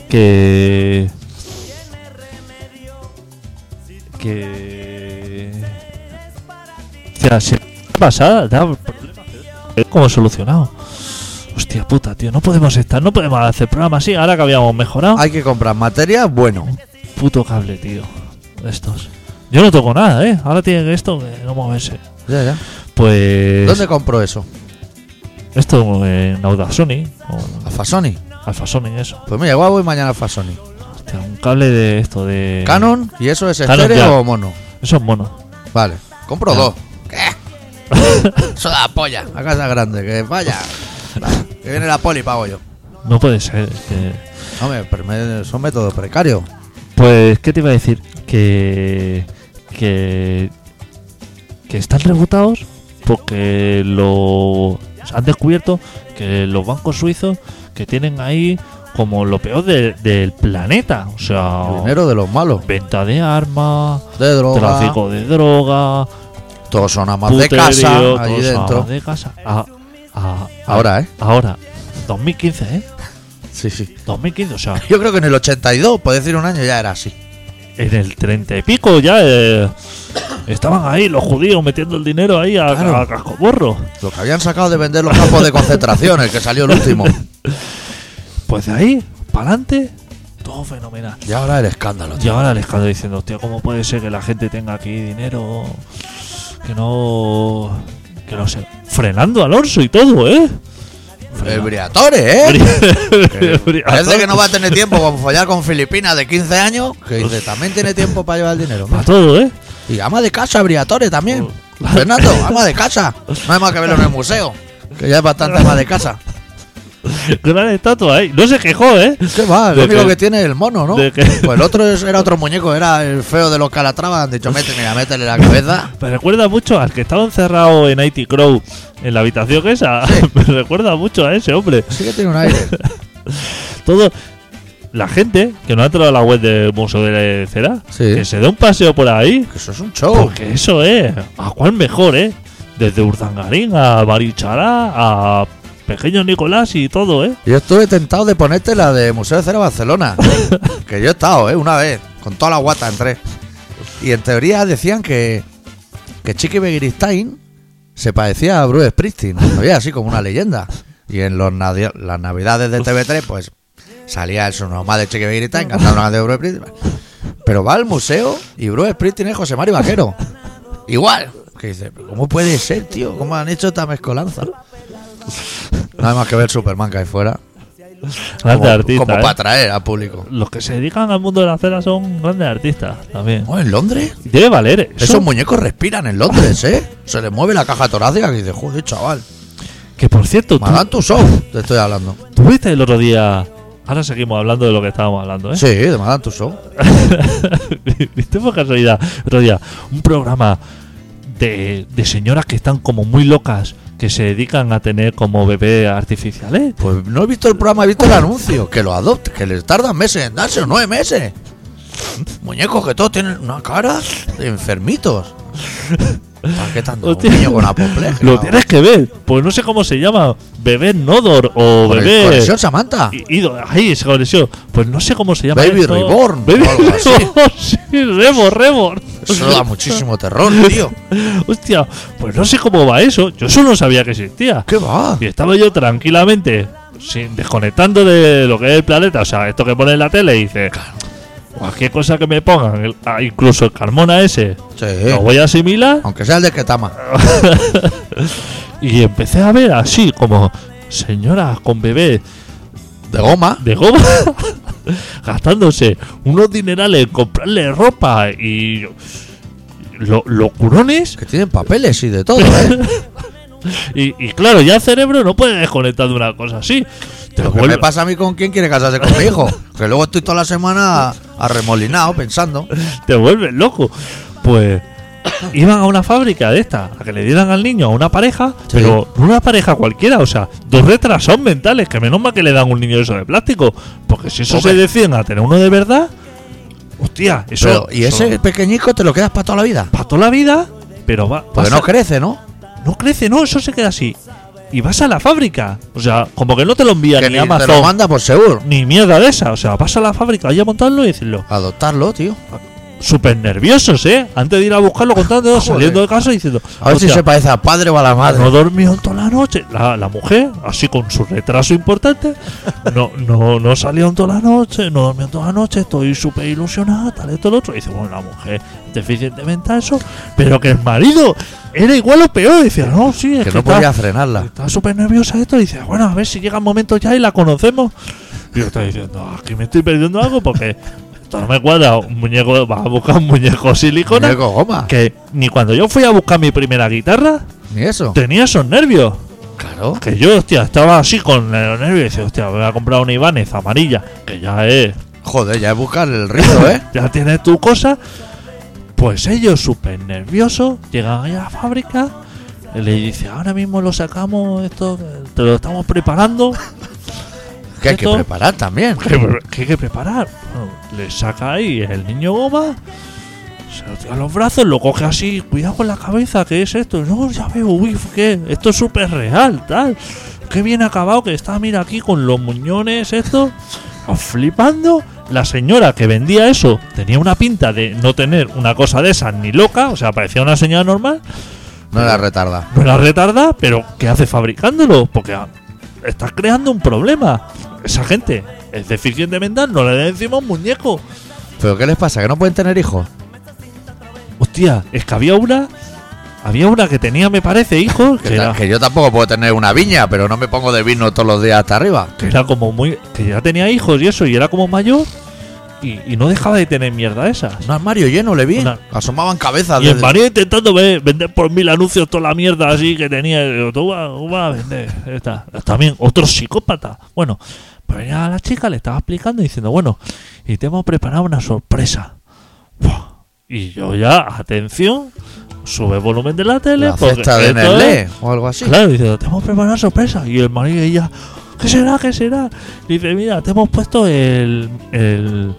S2: que que Hostia, se pasada da problemas pero como solucionado hostia puta tío no podemos estar no podemos hacer programas así ahora que habíamos mejorado
S1: Hay que comprar materia, bueno.
S2: puto cable tío estos yo no toco nada eh ahora tiene que esto que no moverse
S1: Ya, ya.
S2: pues
S1: ¿Dónde compro eso?
S2: esto en Audasony o
S1: A Fasoni.
S2: Alfa Sony eso
S1: Pues mira, igual voy mañana a Fasoni.
S2: Hostia, un cable de esto de
S1: ¿Canon? ¿Y eso es
S2: Canon,
S1: estéreo
S2: ya.
S1: o mono?
S2: eso es mono
S1: Vale. Compro
S2: Ya.
S1: dos. ¿Qué? eso da polla. La casa grande, que vaya. Que viene la poli, pago yo.
S2: no puede ser que
S1: Hombre, pero me- son métodos precarios.
S2: Pues, ¿qué te iba a decir? Que. Que. Que están rebutados porque lo. Han descubierto que los bancos suizos que tienen ahí como lo peor de- del planeta. O
S1: El
S2: sea.
S1: dinero de los malos.
S2: Venta de armas,
S1: De droga.
S2: tráfico de droga,
S1: Todos son amas de
S2: puterío,
S1: casa. Allí
S2: cosas
S1: dentro.
S2: de casa. A- a- a-
S1: Ahora, ¿eh?
S2: Ahora. 2015, ¿eh?
S1: Sí, sí.
S2: 2015, o sea,
S1: Yo creo que en el 82, por decir un año, ya era así.
S2: en el 30 y pico ya eh, estaban ahí los judíos metiendo el dinero ahí a,
S1: Claro.
S2: a cascoborro.
S1: Lo que habían sacado de vender los campos de concentración, el que salió el último.
S2: Pues de ahí, para adelante, todo fenomenal.
S1: Y ahora el escándalo,
S2: Y
S1: tío.
S2: ahora Alejandro diciendo, hostia, ¿cómo puede ser que la gente tenga aquí dinero? Que no. Que no sé. Frenando a Alonso y todo, ¿eh?
S1: El
S2: Frena-
S1: Briatore, ¿eh?
S2: Bri- Bri-
S1: Parece que no va a tener tiempo con follar con Filipinas de 15 años, que dice, también tiene tiempo para llevar el dinero.
S2: Para
S1: hombre.
S2: todo, ¿eh?
S1: Y ama de casa, Briatore también. Fernando, ama de casa. No hay más que verlo en el museo, que ya es bastante ama de casa.
S2: Gran estatua, ¿eh? No se quejó, ¿eh?
S1: ¿Qué va? Lo
S2: De
S1: único
S2: que-
S1: que, tiene es el mono, ¿no?
S2: de que-
S1: Pues el otro es- era otro muñeco, era el feo de los Calatrava. Han dicho, métele, mira, métele la cabeza.
S2: Me recuerda mucho al que estaba encerrado en IT Crow en la habitación esa. Me recuerda mucho a ese hombre.
S1: Sí que tiene un aire.
S2: Todo. La gente que no ha entrado a la web del Museo de Cera,
S1: Sí. Oh.
S2: que se dé un paseo por ahí.
S1: Eso es un show.
S2: Porque eso es. ¿A cuál mejor, eh? Desde Urdangarín a Barichará a Pequeño Nicolás y todo, eh.
S1: Yo estuve tentado de ponerte la de Museo de Cera Barcelona. que yo he estado, ¿eh? Una vez. Con toda la guata entré. Y en teoría decían que. Que Chiqui Begiristain se parecía a Bruce Springsteen. Había así como una leyenda. Y en los navi- las navidades de TV3, pues. Salía el sonorama de Chiqui Begiristain cantando una de Bruce Springsteen. Pero va al museo y Bruce Springsteen es José Mari Vaquero. Igual. Que dice, "¿Pero ¿cómo puede ser, tío? ¿Cómo han hecho esta mezcolanza? Nada más que ver Superman que hay fuera
S2: Grandes
S1: como,
S2: artistas.
S1: como
S2: eh.
S1: para atraer al público.
S2: Los que se dedican al mundo de la cera son grandes artistas también.
S1: Oh, ¿En Londres?
S2: Debe valer eh.
S1: Esos muñecos respiran en Londres, ¿eh? Se les mueve la caja torácica que dice, joder, chaval.
S2: Que por cierto, tú,
S1: Madame Tussauds, te estoy hablando.
S2: tú viste el otro día. Ahora seguimos hablando de lo que estábamos hablando, ¿eh?
S1: Sí, de Madame Tussauds.
S2: ¿Viste por casualidad el otro día un programa de, de señoras que están como muy locas que se dedican a tener como bebés artificiales?
S1: Pues no he visto el programa, he visto el anuncio. Que lo adopte, que les tardan meses en darse, nueve meses. Muñecos que todos tienen una cara de enfermitos. ¿Para qué tanto? Un
S2: Hostia.
S1: niño con apoplejía.
S2: Lo tienes que ver. Pues no sé cómo se llama. Bebé Nodor o
S1: Con-
S2: bebé.
S1: Conexión Samantha.
S2: I- ido- ahí se conoció. Pues no sé cómo se llama.
S1: Baby
S2: esto.
S1: Reborn,
S2: Baby
S1: o algo así.
S2: Reborn, sí, Reborn, Reborn.
S1: Eso da muchísimo terror, tío.
S2: Hostia, pues no sé cómo va eso. Yo solo no sabía que existía.
S1: ¿Qué va?
S2: Y estaba yo tranquilamente, sin desconectando de lo que es el planeta. O sea, esto que pone en la tele y dice. Cualquier cosa que me pongan, el- ah, incluso el Carmona ese, lo
S1: Sí.
S2: voy a asimilar.
S1: Aunque sea el de Ketama.
S2: Y empecé a ver así, como señoras con bebés
S1: De goma.
S2: de goma gastándose unos dinerales en comprarle ropa y lo, locurones
S1: Que tienen papeles y de todo, ¿eh?
S2: y, y claro ya el cerebro no puede desconectar de una cosa así te
S1: Lo que
S2: vuelve-
S1: me pasa a mí con quién quiere casarse con mi hijo. Que luego estoy toda la semana arremolinado pensando.
S2: te vuelves loco. Pues iban a una fábrica de esta, a que le dieran al niño a una pareja,
S1: Sí.
S2: pero no una pareja cualquiera, o sea, dos retrasados mentales, que menos mal que le dan un niño eso de plástico, porque si eso se
S1: Hombre.
S2: decían a tener uno de verdad, hostia, eso
S1: Pero, y
S2: eso
S1: ese pequeñico te lo quedas para toda la vida.
S2: para toda la vida, pero va,
S1: Porque
S2: vas
S1: Pues no
S2: a-
S1: crece, ¿no?
S2: no crece, no, eso se queda así. Y vas a la fábrica, o sea, como que no te lo envían
S1: Que
S2: ni
S1: ni te lo
S2: Amazon,
S1: manda por seguro.
S2: ni mierda de esa, o sea, vas a la fábrica ahí a montarlo y decirlo,
S1: Adoptarlo, tío.
S2: súper nerviosos, ¿eh? Antes de ir a buscarlo contando,
S1: Joder.
S2: saliendo de casa y diciendo,
S1: A ver si
S2: "Hostia,
S1: se ¿eh? parece al padre o a la
S2: no
S1: madre.
S2: dormió en toda la noche. La, la mujer, así con su retraso importante, no, no, no salió en toda la noche, no dormió en toda la noche, estoy súper ilusionada, tal, esto, lo otro. Y dice, bueno, la mujer, deficientemente a eso, pero que el marido era igual o peor. Y decía, no, sí, es
S1: Que
S2: que,
S1: no
S2: Ah. está-
S1: podía frenarla.
S2: estaba súper nerviosa esto y dice, bueno, a ver si llega el momento ya y la conocemos. Y yo estaba diciendo, aquí me estoy perdiendo algo porque esto no me cuadra. Un muñeco, vas a buscar un muñeco silicona.
S1: Muñeco goma.
S2: Que ni cuando yo fui a buscar mi primera guitarra,
S1: Ni eso.
S2: tenía esos nervios.
S1: Claro.
S2: Que yo, hostia, estaba así con los nervios y decía, hostia, me voy a comprar una Ibanez amarilla, que ya es,
S1: Joder, ya es buscar el río, ¿eh?
S2: ya tienes tu cosa. Pues ellos, súper nerviosos, llegan ahí a la fábrica, y le dice, ahora mismo lo sacamos, esto, te lo estamos preparando.
S1: Que hay que
S2: Esto-
S1: preparar también.
S2: ¿Qué, pre- qué hay que preparar? Bueno, le saca ahí el niño goma, se lo tira a los brazos, lo coge así, cuidado con la cabeza, ¿qué es esto? No, ya veo, uy, ¿qué? Esto es súper real, tal. Qué bien acabado que está, mira aquí con los muñones, esto, flipando. La señora que vendía eso tenía una pinta de no tener una cosa de esas ni loca, o sea, parecía una señora normal,
S1: No la retarda.
S2: no la retarda, pero ¿qué hace fabricándolo? Porque ah, estás creando un problema. Esa gente es deficiente mental, no le den encima un muñeco.
S1: ¿Pero qué les pasa? ¿Que no pueden tener hijos?
S2: Hostia, es que había una. Había una que tenía, me parece, hijos,
S1: Que,
S2: que
S1: ta-
S2: era,
S1: que yo tampoco puedo tener una viña, pero no me pongo de vino todos los días hasta arriba.
S2: que era como muy. que ya tenía hijos y eso, y era como mayor. y, y no dejaba de tener mierda esas.
S1: Un armario lleno, le vi.
S2: Una-
S1: Asomaban cabezas.
S2: Y
S1: desde-
S2: el marido intentando ve- vender por mil anuncios toda la mierda así que tenía. Y digo, tú vas va a vender. Esta. También otro psicópata. Bueno, pues venía a la chica, le estaba explicando y diciendo, bueno, y te hemos preparado una sorpresa. Buah. Y yo ya, atención, sube el volumen de la tele.
S1: la
S2: porque
S1: cesta de
S2: esto es-
S1: Nestlé o algo así.
S2: Claro, dice, te hemos preparado una sorpresa. Y el marido y ella, ¿qué será? ¿Qué será? Dice, mira, te hemos puesto el. el-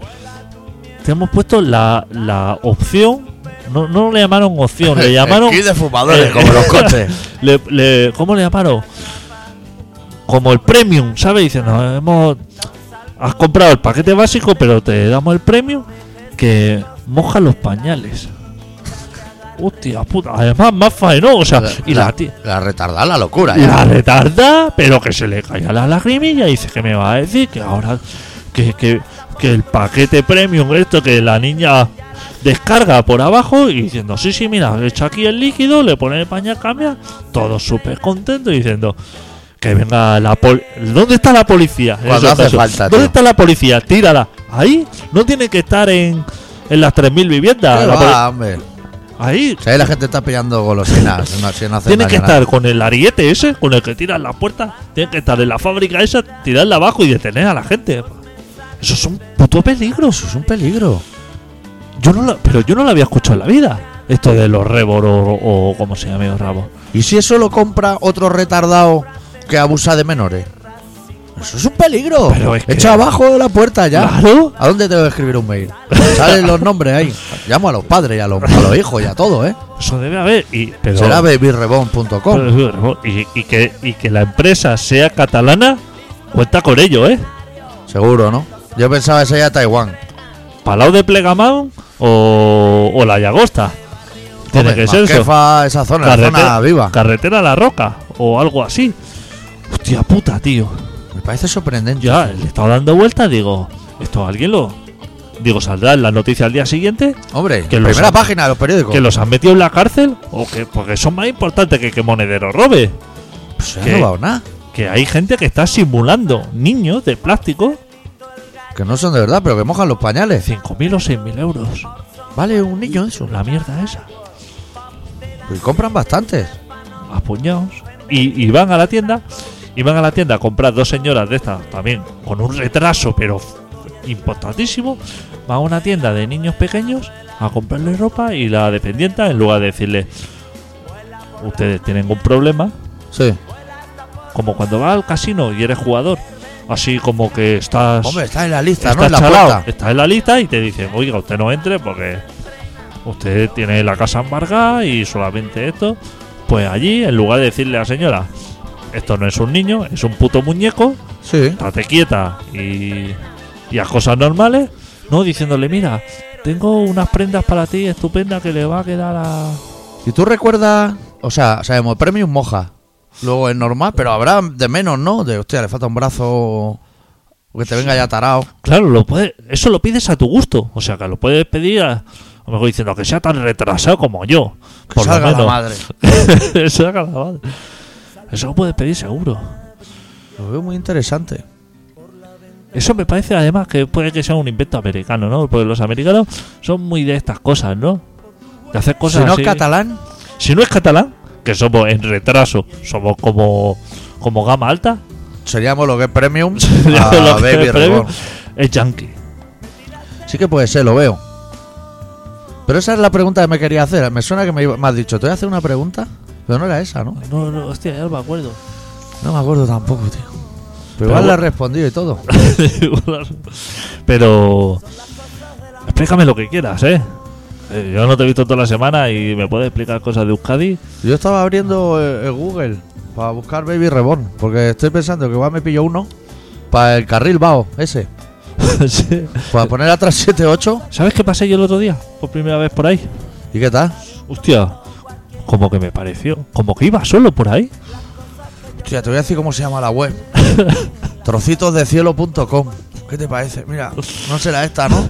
S2: te hemos puesto la, la opción. No, no le llamaron opción, le llamaron.
S1: Aquí de fumadores,
S2: Eh,
S1: como los coches.
S2: le- le- ¿Cómo le llamaron? Como el premium, ¿sabes? Dice, no, hemos. Has comprado el paquete básico, pero te damos el premium que moja los pañales. Hostia puta, además más faenó, o sea, y la, tía
S1: la retardada, la locura. ya.
S2: la retarda, pero que se le caía la lagrimilla y dice que me va a decir que ahora que, que, que el paquete premium, esto que la niña descarga por abajo y diciendo, sí, sí, mira, echa aquí el líquido, le pone el pañal, cambia, todo súper contento y diciendo que venga la pol ¿Dónde está la policía? En
S1: Cuando
S2: esos
S1: hace
S2: casos.
S1: falta,
S2: ¿Dónde
S1: tío.
S2: está la policía? Tírala. Ahí no tiene que estar en, en las 3.000 viviendas.
S1: Pero
S2: la poli-
S1: va, hombre.
S2: Ahí
S1: Si ahí la gente está pillando golosinas, no, si no hace
S2: Tiene
S1: daño
S2: que
S1: nada.
S2: estar con el ariete ese, con el que tiran las puertas. Tiene que estar en la fábrica esa, tirarla abajo y detener a la gente. Eso es un puto peligro.
S1: Eso es un peligro.
S2: Yo no lo- pero yo no lo había escuchado en la vida. Esto de los rebor o, o como se llame los rabos.
S1: ¿Y si eso lo compra otro retardado que abusa de menores? Eso es un peligro.
S2: Pero es que-
S1: Echa abajo de la puerta ya.
S2: Claro.
S1: ¿A dónde tengo que escribir un mail? Salen los nombres ahí. Llamo a los padres y a los, a los hijos y a todo, ¿eh?
S2: Eso debe haber. Y, pero,
S1: Será babyrebon.com.
S2: pero- pero- y, y que, y que la empresa sea catalana, cuenta con ello, ¿eh?
S1: Seguro, ¿no? Yo pensaba ese ya Taiwán.
S2: Palau de Plegamán o, o la Llagosta. Tiene
S1: Hombre,
S2: que ser eso.
S1: Masquefa, esa zona, la zona viva.
S2: Carretera a la roca o algo así. Hostia puta, tío.
S1: Me parece sorprendente.
S2: Ya le estaba dando vueltas, digo, esto alguien lo. Digo, saldrá en la noticia al día siguiente
S1: Hombre,
S2: Que los-
S1: primera página de los periódicos.
S2: que los han metido en la cárcel o que porque son más importantes que que Monedero robe.
S1: Pues se ha
S2: que-
S1: robado nada.
S2: Que hay gente que está simulando niños de plástico
S1: Que no son de verdad, pero que mojan los pañales.
S2: 5.000 o 6.000 euros.
S1: Vale, un niño eso.
S2: La mierda esa.
S1: Y compran bastantes.
S2: apuñados y, y van a la tienda y van a la tienda a comprar dos señoras de estas también con un retraso pero f- importantísimo van a una tienda de niños pequeños a comprarle ropa y la dependienta en lugar de decirle ustedes tienen un problema
S1: Sí.
S2: como cuando vas al casino y eres jugador así como que estás
S1: Pues, Hombre, está en la lista,
S2: estás
S1: ¿no? En la
S2: chalao,
S1: puerta.
S2: estás en la lista y te dicen oiga usted no entre porque usted tiene la casa embargada y solamente esto. Pues allí, en lugar de decirle a la señora, esto no es un niño, es un puto muñeco,
S1: Sí.
S2: estate quieta y, y haz cosas normales, no diciéndole, mira, tengo unas prendas para ti estupendas que le va a quedar a.
S1: ¿Y tú recuerdas? O sea, sabemos, premium moja. Luego es normal, pero habrá de menos, ¿no? De, hostia, le falta un brazo. O que te venga ya tarao.
S2: Claro, lo puede, eso lo pides a tu gusto, o sea que lo puedes pedir a. A lo mejor diciendo que sea tan retrasado como yo.
S1: Que
S2: por lo
S1: salga la
S2: menos.
S1: madre.
S2: Eso haga la madre. Eso lo puedes pedir seguro.
S1: Lo veo muy interesante.
S2: Eso me parece además que puede que sea un invento americano, ¿no? Porque los americanos son muy de estas cosas, ¿no? De hacer cosas
S1: si no
S2: así.
S1: es catalán,
S2: si no es catalán, que somos en retraso, somos como, como gama alta,
S1: seríamos lo que es premium.
S2: Seríamos
S1: a
S2: lo que
S1: Baby
S2: es premium.
S1: Reborn.
S2: es yankee.
S1: Sí que puede ser, lo veo. Pero esa es la pregunta que me quería hacer. Me suena que me, iba- me has dicho, te voy a hacer una pregunta. Pero no era esa, ¿no?
S2: No, no, hostia, ya no me acuerdo.
S1: No me acuerdo tampoco, tío. Pero igual
S2: Pero
S1: le he
S2: bueno.
S1: respondido y todo.
S2: Pero. Explícame lo que quieras, ¿eh? Eh, Yo no te he visto toda la semana y me puedes explicar cosas de Euskadi.
S1: Yo estaba abriendo eh, eh, Google para buscar Baby Reborn, porque estoy pensando que igual me pillo uno para el carril vago, ese.
S2: Sí.
S1: Para poner atrás 78
S2: ¿Sabes qué pasé yo el otro día? Por primera vez por ahí.
S1: y qué tal.
S2: Hostia, como que me pareció. Como que iba solo por ahí.
S1: Hostia, te voy a decir cómo se llama la web. Trocitosdecielo.com. ¿Qué te parece? Mira, no será esta, ¿no?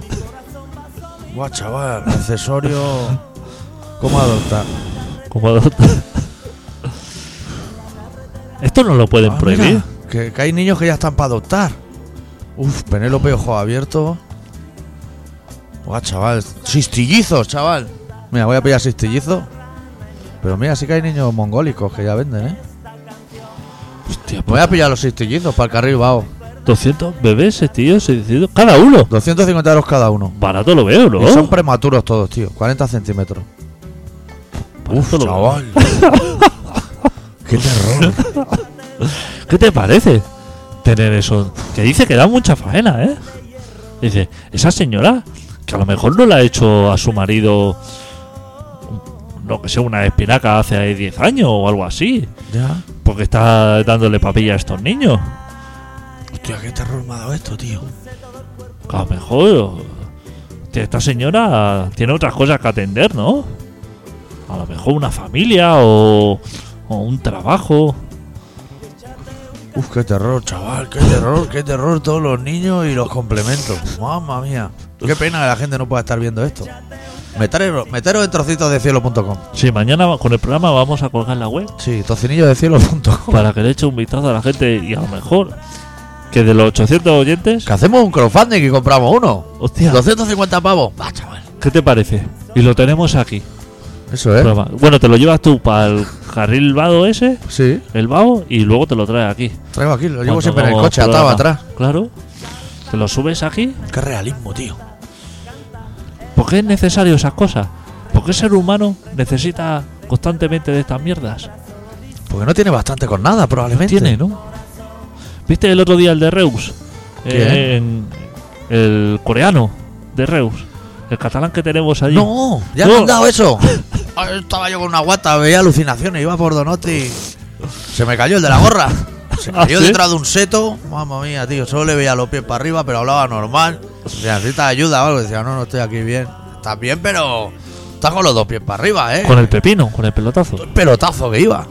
S1: Guau, chaval, accesorio. ¿Cómo adoptar?
S2: Como dos- Esto no lo pueden
S1: Ah,
S2: prohibir.
S1: mira, que, que hay niños que ya están para adoptar. Uf, Penélope, ojo abierto. Buah, chaval, seis trillizos, chaval. Mira, voy a pillar seis trillizos. Pero mira, sí que hay niños mongólicos que ya venden, ¿eh?
S2: Hostia,
S1: Voy a pillar los seis trillizos para el carril bajo.
S2: 200 Pues, bebés, eh, tío, 600, cada uno.
S1: 250 euros cada uno.
S2: Barato lo veo, ¿no?
S1: Y son prematuros todos, tío. 40 centímetros.
S2: Barato lo veo.
S1: Qué terror.
S2: ¿Qué te parece tener eso? Que dice que da mucha faena, ¿eh? Dice, esa señora, que a lo mejor no la ha hecho a su marido, no que sea una espinaca hace 10 años o algo así,
S1: ya.
S2: porque está dándole papilla a estos niños.
S1: Hostia, qué terror me ha dado esto, tío.
S2: Que a lo mejor Ah, pues hostia, esta señora tiene otras cosas que atender, ¿no? A lo mejor una familia o, o un trabajo.
S1: Uf, qué terror, chaval, qué terror, qué terror todos los niños y los complementos. Mamma mía. Qué pena que la gente no pueda estar viendo esto. Meteros, meteros en trocitosdecielo.com.
S2: Sí, mañana con el programa vamos a colgar la web.
S1: Sí, tocinillodecielo.com.
S2: para que le eche un vistazo a la gente y a lo mejor que de los 800 oyentes,
S1: Que hacemos un crowdfunding y compramos uno.
S2: hostia, ah,
S1: 250 pavos. Va, chaval.
S2: ¿qué te parece? Y lo tenemos
S1: ¿Eh?
S2: aquí.
S1: Eso es.
S2: Programa. Bueno, te lo llevas tú para el carril vado ese,
S1: Sí,
S2: el vado, y luego te lo traes aquí.
S1: traigo aquí, lo
S2: Cuando
S1: llevo siempre en el
S2: hagamos
S1: coche, atado
S2: programa.
S1: atrás.
S2: Claro. Te lo subes aquí.
S1: Qué realismo, tío.
S2: ¿Por qué es necesario esas cosas? ¿Por qué el ser humano necesita constantemente de estas mierdas?
S1: Porque no tiene bastante con nada, probablemente.
S2: Tiene, ¿no? ¿Viste el otro día el de Reus? Eh, en- el coreano de Reus. El catalán que tenemos allí.
S1: No, ya
S2: No.
S1: me han dado eso. Ah, Estaba yo con una guata, veía alucinaciones, iba por Donosti. Se me cayó el de la gorra. Se
S2: ¿Ah,
S1: cayó
S2: sí?
S1: detrás de un seto. Mamma mía, tío, solo le veía los pies para arriba, pero hablaba normal. Decía, necesitas ayuda o algo. Decía, no, no estoy aquí bien. Estás bien, pero estás con los dos pies para arriba, ¿eh?
S2: Con el pepino, con el pelotazo.
S1: el pelotazo que iba.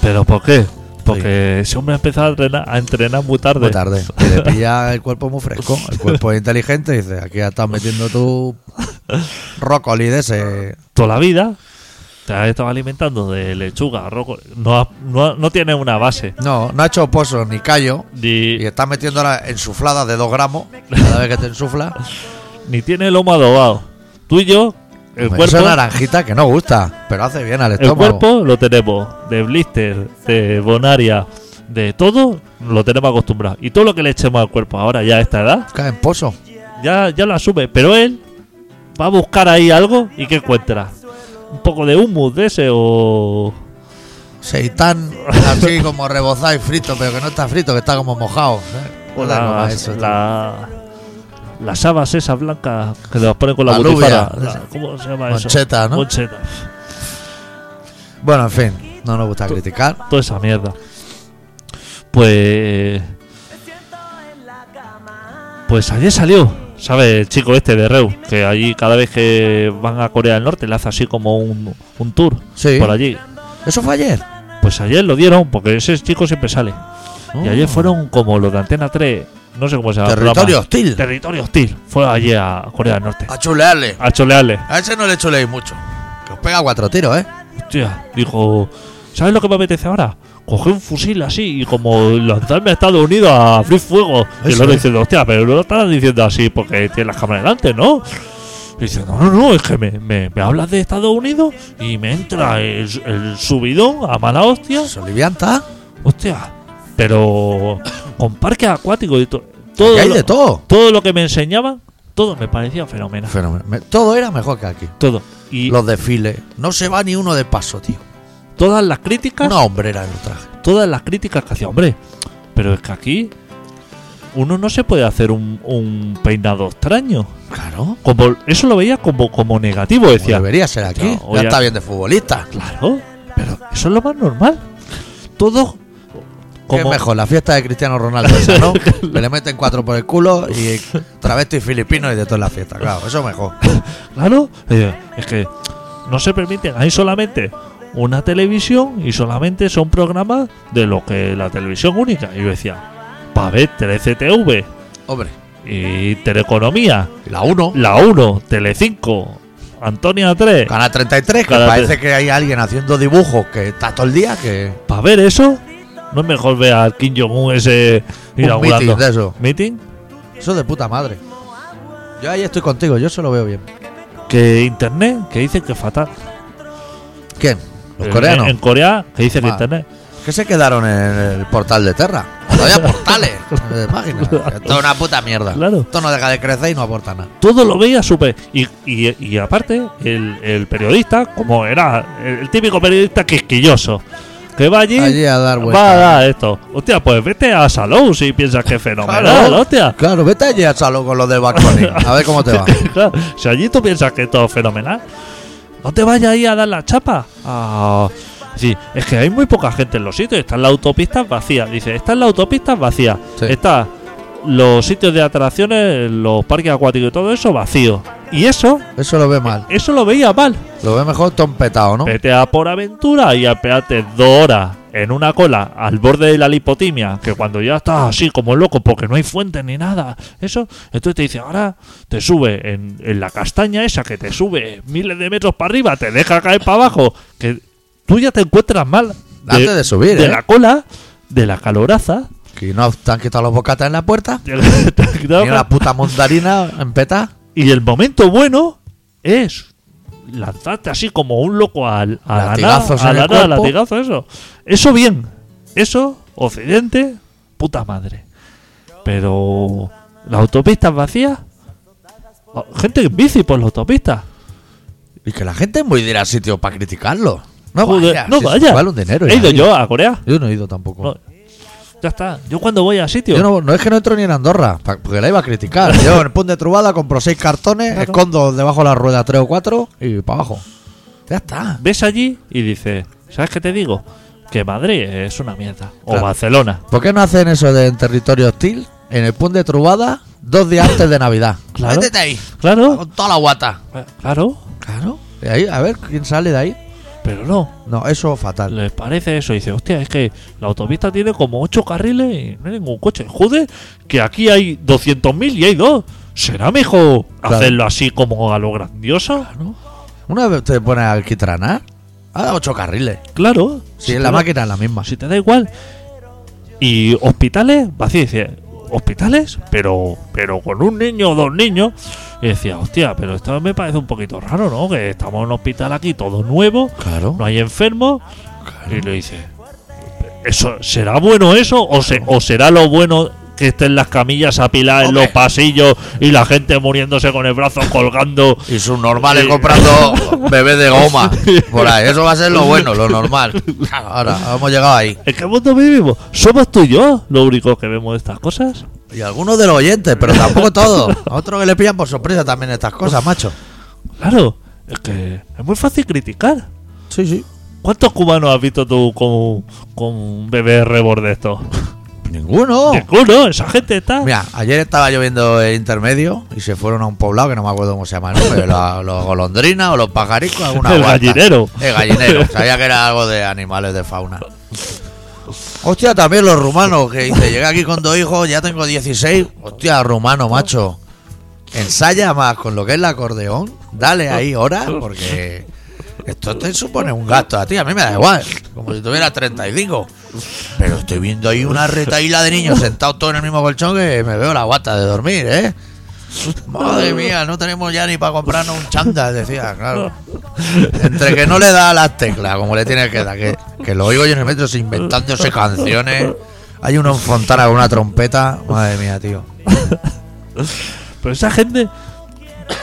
S2: ¿Pero por qué? Porque ese hombre ha empezado a entrenar, a entrenar muy tarde.
S1: Muy tarde. Y le pilla el cuerpo muy fresco. El cuerpo es inteligente. Dice, aquí ya estás metiendo tu Rocoli de ese.
S2: Toda la vida te has estado alimentando de lechuga, arroz. No, ha- no, ha- no tiene una base.
S1: No, no ha hecho pozo ni callo. Y
S2: Ni,
S1: estás metiendo ahora ensufladas de 2 gramos cada vez que te insufla.
S2: ni tiene lomo adobado. Tú y yo, el
S1: Pues
S2: cuerpo,
S1: Esa naranjita que no gusta, pero hace bien al
S2: el
S1: estómago.
S2: cuerpo lo tenemos. De blister, de bonaria, de todo, lo tenemos acostumbrado. Y todo lo que le echemos al cuerpo ahora, ya a esta edad,
S1: Cae en pozo.
S2: ya, ya lo asume. Pero él va a buscar ahí algo y ¿qué encuentra? Un poco de humus de ese o...
S1: Seitán así como rebozado y frito, pero que no está frito, que está como mojado. ¿eh? No
S2: O
S1: le
S2: la,
S1: comas eso, tío.
S2: la- las habas esas blancas que las ponen con la,
S1: La alubia.
S2: botifara. La- ¿Cómo se llama eso?
S1: Moncheta, ¿no?
S2: Moncheta.
S1: Bueno, en fin, no nos gusta criticar.
S2: Toda esa mierda. Pues. Pues ayer salió, ¿sabes? El chico este de Reu, que allí cada vez que van a Corea del Norte le hace así como un, un tour
S1: Sí.
S2: por allí.
S1: Eso fue ayer.
S2: Pues ayer lo dieron, porque ese chico siempre sale.
S1: Oh.
S2: Y ayer fueron como los de Antena 3, no sé cómo se llama. el programa.
S1: Uh, Territorio hostil.
S2: Territorio hostil. Fue ayer a Corea del Norte.
S1: A chulearle.
S2: A cholearle.
S1: A ese no le chuleéis mucho. Que os pega cuatro tiros, ¿eh?
S2: Hostia, dijo, ¿sabes lo que me apetece ahora? Coger un fusil así y como lanzarme a Estados Unidos a abrir fuego. Y
S1: Eso
S2: luego
S1: es.
S2: diciendo, hostia, pero no lo estás diciendo así porque tiene las cámaras delante, ¿no? Y dice, no, no, no, es que me, me, me hablas de Estados Unidos y me entra el, el subidón a mala hostia.
S1: Solivianta.
S2: Hostia, pero con parque acuático y to- todo,
S1: Que hay
S2: lo,
S1: de todo.
S2: todo lo que me enseñaban, todo me parecía fenomenal.
S1: Fenómeno. Me- Todo era mejor que aquí.
S2: Todo. Y
S1: Los desfiles. No se va ni uno de paso, tío.
S2: todas las críticas
S1: Una hombrera en el traje.
S2: todas las críticas que hacía, hombre. Pero es que aquí uno no se puede hacer un, un peinado extraño.
S1: Claro.
S2: Como, eso lo veía como, como negativo,
S1: Como
S2: decía.
S1: debería ser aquí.
S2: No,
S1: ya
S2: oye.
S1: está bien de futbolista.
S2: Claro, pero eso es lo más normal. Todo
S1: ¿Qué es
S2: como
S1: mejor? La fiesta de Cristiano Ronaldo, esa, ¿no? Que le meten cuatro por el culo y travesti filipino y de toda la fiesta. Claro, eso es mejor.
S2: claro, eh, es que no se permiten, hay solamente una televisión y solamente son programas de lo que la televisión única. Y yo decía, para ver 13TV
S1: Hombre,
S2: y Teleeconomía,
S1: y la 1,
S2: La 1, Telecinco, Antonia 3.
S1: Canal 33, que
S2: Canal
S1: parece que hay alguien haciendo dibujos que está todo el día que.
S2: Para ver eso, no es mejor ver al Kim Jong-un ese
S1: Un meeting
S2: inaugurando.
S1: de eso.
S2: ¿Meeting?
S1: Eso de puta madre. Yo ahí estoy contigo, yo se lo veo bien.
S2: Que internet, que dicen que es fatal.
S1: ¿Quién? Los
S2: En-
S1: coreanos.
S2: Eh, En, Corea, que dicen que
S1: Ah.
S2: internet.
S1: que se quedaron en el portal de Terra. Todavía portales de páginas. Esto es una puta mierda.
S2: Claro.
S1: Esto no deja de crecer y no aporta nada.
S2: Todo lo veía súper. Y, y- y aparte, el, el periodista, como era el, el típico periodista quisquilloso, que va allí,
S1: Allí a dar vueltas.
S2: va a dar esto. Hostia, pues vete a Salou si piensas que es fenomenal,
S1: Claro.
S2: hostia.
S1: Claro, vete allí a Salón con los del balcón. A ver cómo te va.
S2: Claro, si allí tú piensas que todo es fenomenal, no te vayas ahí a dar la chapa. Ah, sí, es que hay muy poca gente en los sitios. Están las autopistas vacías. Dice, están las autopistas vacías.
S1: Sí.
S2: Están los sitios de atracciones, los parques acuáticos y todo eso vacíos. Y eso,
S1: Eso lo ve mal.
S2: eso lo veía mal.
S1: Lo ve mejor tompetado, ¿no?
S2: Vete a por aventura y apeate dos horas en una cola al borde de la lipotimia, que cuando ya estás así como loco porque no hay fuente ni nada, eso, entonces te dice, ahora te sube en, en la castaña esa que te sube miles de metros para arriba, te deja caer para abajo, que tú ya te encuentras mal
S1: Antes de, subir,
S2: de
S1: ¿eh?
S2: la cola, de la caloraza,
S1: Que no te han quitado los bocatas en la puerta.
S2: de la- te has quitado
S1: Ni una puta mandarina en peta.
S2: Y el momento bueno es lanzarte así como un loco al, a la
S1: Latigazos
S2: nada, a
S1: en
S2: la
S1: el
S2: nada,
S1: cuerpo.
S2: latigazo, eso. Eso bien. Eso, Occidente, puta madre. Pero las autopistas vacías, ah, gente en bici por las autopistas.
S1: Y que la gente es muy de ir al sitio para criticarlo. No
S2: Joder,
S1: vaya.
S2: no
S1: si
S2: vaya.
S1: se vale un dinero.
S2: He
S1: ya.
S2: ido yo a Corea.
S1: Yo no he ido tampoco.
S2: No, Ya está. Yo cuando voy a sitio.
S1: Yo no, no es que no entro ni en Andorra, pa- porque la iba a criticar. Yo en el Pun de Trubada compro seis cartones,
S2: Claro.
S1: escondo debajo de la rueda tres o cuatro y para abajo. Ya está.
S2: Ves allí y dices, ¿sabes qué te digo? Que Madrid es una mierda. O
S1: Claro.
S2: Barcelona.
S1: ¿Por qué no hacen eso de en territorio hostil, en el Pun de Trubada, dos días antes de Navidad?
S2: Claro.
S1: Métete ahí,
S2: Claro,
S1: con toda la guata.
S2: claro,
S1: Claro. Y ahí, a ver quién sale de ahí.
S2: pero no.
S1: No, eso fatal.
S2: les parece eso. Y dice, hostia, es que la autopista tiene como ocho carriles y no hay ningún coche. Joder, que aquí hay 200.000 y hay dos. ¿Será mejor
S1: Claro.
S2: hacerlo así como a lo grandioso?
S1: Una vez te pones a alquitranar, a ocho carriles.
S2: Claro.
S1: Si en
S2: te
S1: la
S2: da-
S1: máquina es la misma.
S2: Si te da igual. Y hospitales, vacío, dice, hospitales, pero pero con un niño o dos niños. Y decía, hostia, pero esto me parece un poquito raro, ¿no? Que estamos en un hospital aquí, todo nuevo,
S1: Claro.
S2: no hay enfermos, Y le dice, ¿eso, ¿será bueno eso? ¿O, se- ¿O será lo bueno que estén las camillas apiladas
S1: Hombre.
S2: en los pasillos y la gente muriéndose con el brazo colgando?
S1: Y sus normales
S2: Sí.
S1: comprando bebé de goma. Por ahí, eso va a ser lo bueno, lo normal. Ahora, hemos llegado ahí.
S2: ¿En qué mundo vivimos? ¿Somos tú y yo lo único que vemos de estas cosas?
S1: Y algunos de los oyentes, pero tampoco todos. A otros que le pillan por sorpresa también estas cosas, macho.
S2: Claro, es que es muy fácil criticar.
S1: Sí, sí.
S2: ¿Cuántos cubanos has visto tú con, con un bebé rebord de estos?
S1: Ninguno.
S2: Ninguno, esa gente está...
S1: Oh. Mira, ayer estaba yo viendo el intermedio y se fueron a un poblado que no me acuerdo cómo se llama, ¿no? Pero la- los golondrinas o los pajaricos, alguna
S2: El
S1: guarda.
S2: gallinero.
S1: El gallinero. Sabía que era algo de animales de fauna. Hostia, también los rumanos, que dice, llegué aquí con dos hijos, ya tengo 16. Hostia, rumano, macho. Ensaya más con lo que es el acordeón. Dale ahí horas, porque esto te supone un gasto a ti. A mí me da igual, como si tuviera 35. Pero estoy viendo ahí una retaíla de niños sentados todos en el mismo colchón que me veo la guata de dormir, ¿eh? Madre mía, no tenemos ya ni para comprarnos un chándal, decía, claro. Entre que no le da a las teclas, como le tiene que dar, que, que lo oigo yo en el metro inventándose canciones. Hay uno en Fontana con una trompeta. Madre mía, tío.
S2: Pero esa gente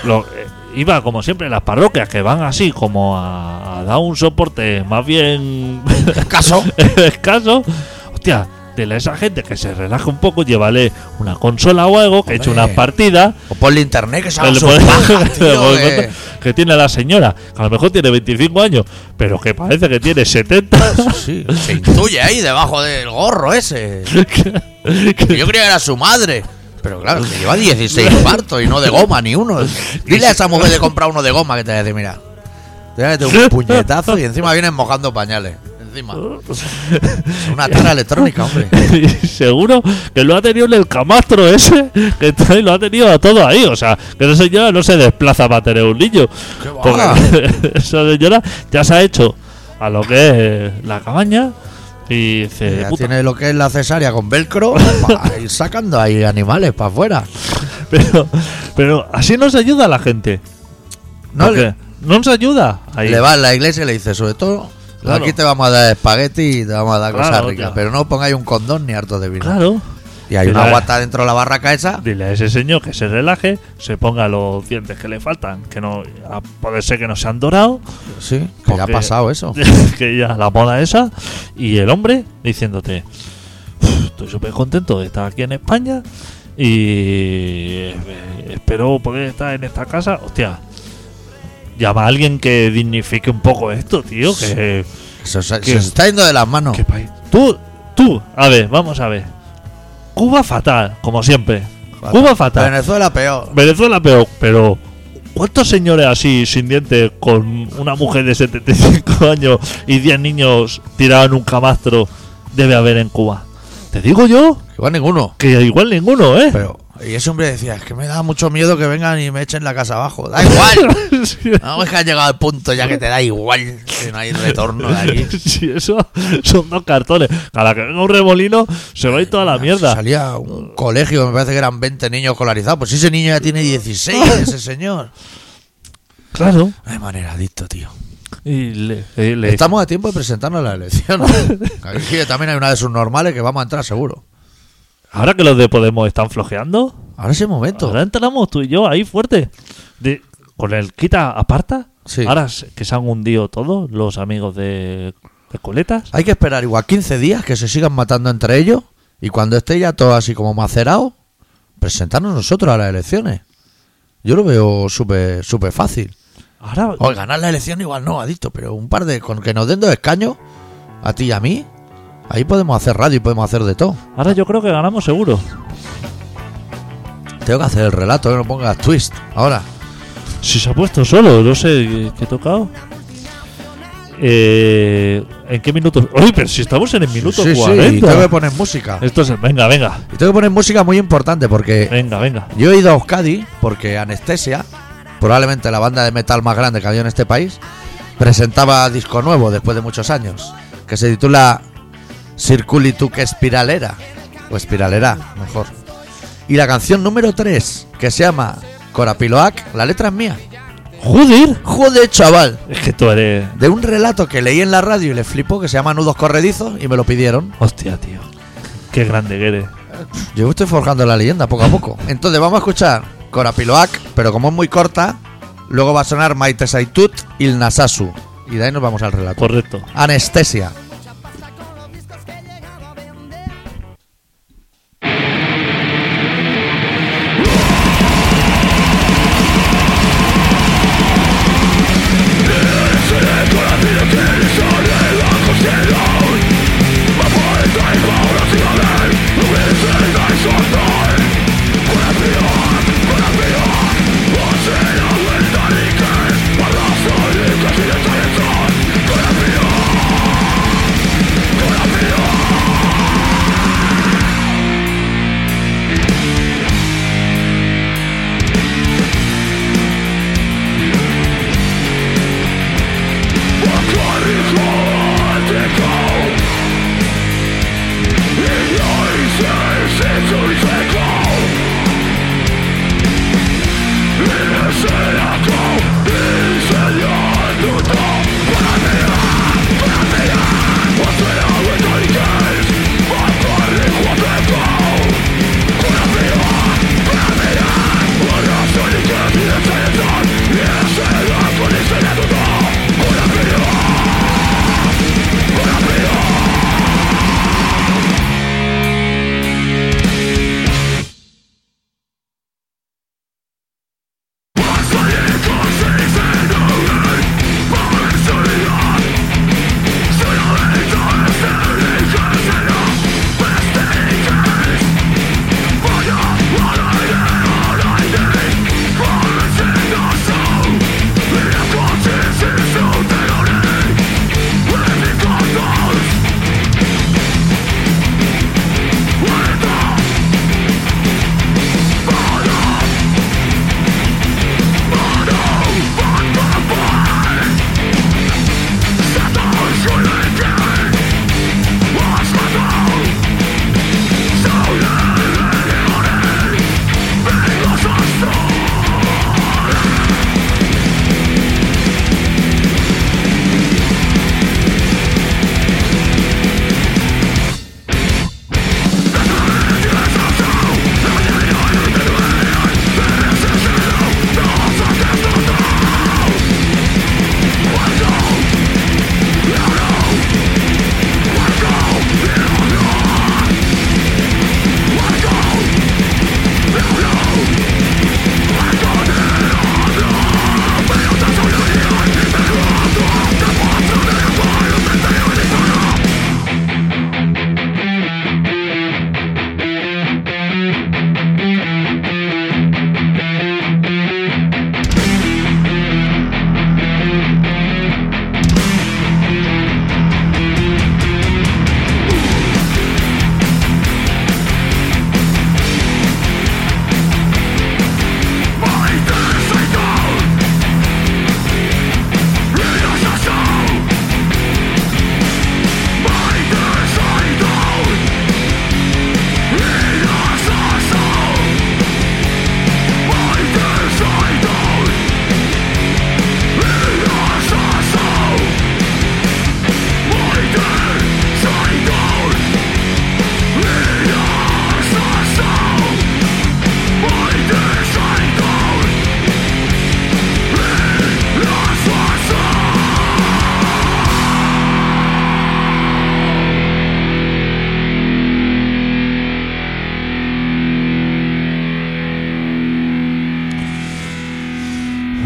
S2: lo- eh, iba como siempre a las parroquias que van así como a, a dar un soporte más bien
S1: Caso.
S2: escaso. Hostia, dile a esa gente que se relaje un poco, llévale una consola o algo, que eche
S1: Hombre.
S2: unas partidas.
S1: O ponle internet que
S2: que
S1: salga
S2: le
S1: sus
S2: puede-
S1: pajas,
S2: le
S1: tío.
S2: puede
S1: que-
S2: contar, que tiene la señora, que a lo mejor tiene 25 años, pero que parece que tiene 70.
S1: Sí, se intuye ahí debajo del gorro ese. Que Yo creía que era su madre. Pero claro, que lleva 16 partos y no de goma ni uno. Dile a esa mujer de comprar uno de goma que te va a decir, mira. Te voy a meter un puñetazo y encima vienen mojando pañales. Encima. Una tara electrónica, hombre.
S2: Y seguro que lo ha tenido en el camastro ese, que trae- lo ha tenido a todo ahí. O sea, que esa señora no se desplaza para tener un niño.
S1: Qué va.
S2: Porque esa señora ya se ha hecho a lo que es eh, la cabaña y dice,
S1: Ya
S2: Eh, "Puta,
S1: tiene lo que es la cesárea con velcro pa, y sacando ahí animales para afuera.
S2: Pero, pero así nos ayuda a la gente.
S1: No,
S2: Porque
S1: le,
S2: no nos ayuda. Ahí.
S1: le va a la iglesia y le dice, sobre todo,
S2: Claro.
S1: aquí te vamos a dar espagueti y te vamos a dar
S2: Claro,
S1: cosas ricas,
S2: tío.
S1: pero no pongáis un condón ni harto de vino.
S2: Claro.
S1: Y hay
S2: Pero
S1: una
S2: la-
S1: guata dentro de la barraca esa.
S2: Dile a ese señor que se relaje, se ponga los dientes que le faltan, que no a- puede ser que no se han dorado,
S1: Sí, que ya ha
S2: Porque-
S1: pasado eso.
S2: que ya la moda esa, y el hombre diciéndote, "Uf, estoy súper contento de estar aquí en España y eh, espero poder estar en esta casa. Hostia, llama a alguien que dignifique un poco esto, tío, que...
S1: Se, se-
S2: ¿Qué?
S1: se está yendo de las manos.
S2: ¿Qué país? Tú, tú, a ver, vamos a ver. Cuba fatal, como siempre.
S1: Fatal.
S2: Cuba fatal.
S1: Venezuela peor.
S2: Venezuela peor, pero ¿cuántos señores así sin dientes con una mujer de 75 años y 10 niños tirados en un camastro debe haber en Cuba? Te digo yo
S1: Igual ninguno.
S2: que igual ninguno, ¿eh?
S1: Pero, y ese hombre decía, es que me da mucho miedo que vengan y me echen la casa abajo. Da igual.
S2: Sí.
S1: No, es que ha llegado el punto ya que te da igual que no hay retorno de aquí.
S2: Sí, eso son dos cartones. Cada que venga un remolino se va a ir toda la mierda.
S1: Salía un colegio, me parece que eran 20 niños escolarizados. Pues ese niño ya tiene 16, ese señor.
S2: Claro.
S1: No hay manera, adicto, tío.
S2: Y le, le- le-
S1: Estamos a tiempo de presentarnos a la elección. Aquí también hay una de sus normales que vamos a entrar seguro.
S2: Ahora que los de Podemos están flojeando,
S1: Ahora es el momento.
S2: ahora entramos tú y yo ahí fuerte. De- con el quita aparta.
S1: Sí.
S2: Ahora se- que se han hundido todos los amigos de, de Coletas.
S1: Hay que esperar igual 15 días que se sigan matando entre ellos y cuando esté ya todo así como macerado, presentarnos nosotros a las elecciones. Yo lo veo súper súper fácil.
S2: Ahora,
S1: O ganar la elección igual no, adicto, pero un par de con que nos den dos escaños a ti y a mí, ahí podemos hacer radio y podemos hacer de todo.
S2: ahora yo creo que ganamos seguro.
S1: Tengo que hacer el relato, que no pongas twist. Ahora,
S2: Si se ha puesto solo, no sé qué- qué he tocado. Eh, ¿En qué minutos? Oye, pero si estamos en el minuto
S1: sí, sí, y
S2: 40.
S1: tengo que poner música.
S2: Esto es Eh, el- Venga, venga.
S1: Y tengo que poner música muy importante porque
S2: Venga, venga.
S1: Yo he ido a Euskadi porque Anestesia, probablemente la banda de metal más grande que había en este país, presentaba disco nuevo después de muchos años, que se titula Circulituk Espiralera, o Espiralera, mejor. Y la canción número 3, que se llama Corapiloac, la letra es mía.
S2: ¡Joder!
S1: Joder, chaval,
S2: Es que tú eres.
S1: de un relato que leí en la radio y le flipó, que se llama Nudos Corredizos, y me lo pidieron.
S2: Hostia, tío. Qué grande que eres.
S1: Yo estoy forjando la leyenda poco a poco. Entonces vamos a escuchar Corapiloac, pero como es muy corta, luego va a sonar Maite Saitut y el Nasasu. Y de ahí nos vamos al relato.
S2: Correcto.
S1: Anestesia.
S3: Corapiloac, corapiloac,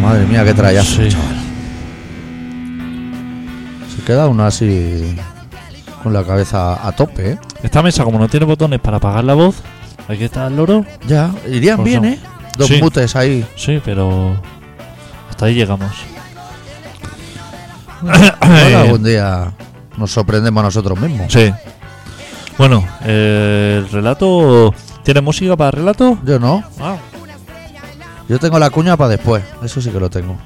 S1: Madre mía, qué trayazo,
S2: Sí.
S1: chaval. Se queda uno así con la cabeza a tope, ¿eh?
S2: Esta mesa, como no tiene botones para apagar la voz, aquí está el loro.
S1: Ya, irían
S2: Pues
S1: bien,
S2: no.
S1: ¿eh? Dos
S2: Sí. Eh.
S1: mutes ahí.
S2: Sí, pero hasta ahí llegamos.
S1: Ahora algún día nos sorprendemos a nosotros mismos.
S2: sí. Bueno, eh, el relato. ¿Tiene música para relato?
S1: Yo no.
S2: Ah,
S1: Yo tengo la cuña para después. Eso sí que lo tengo.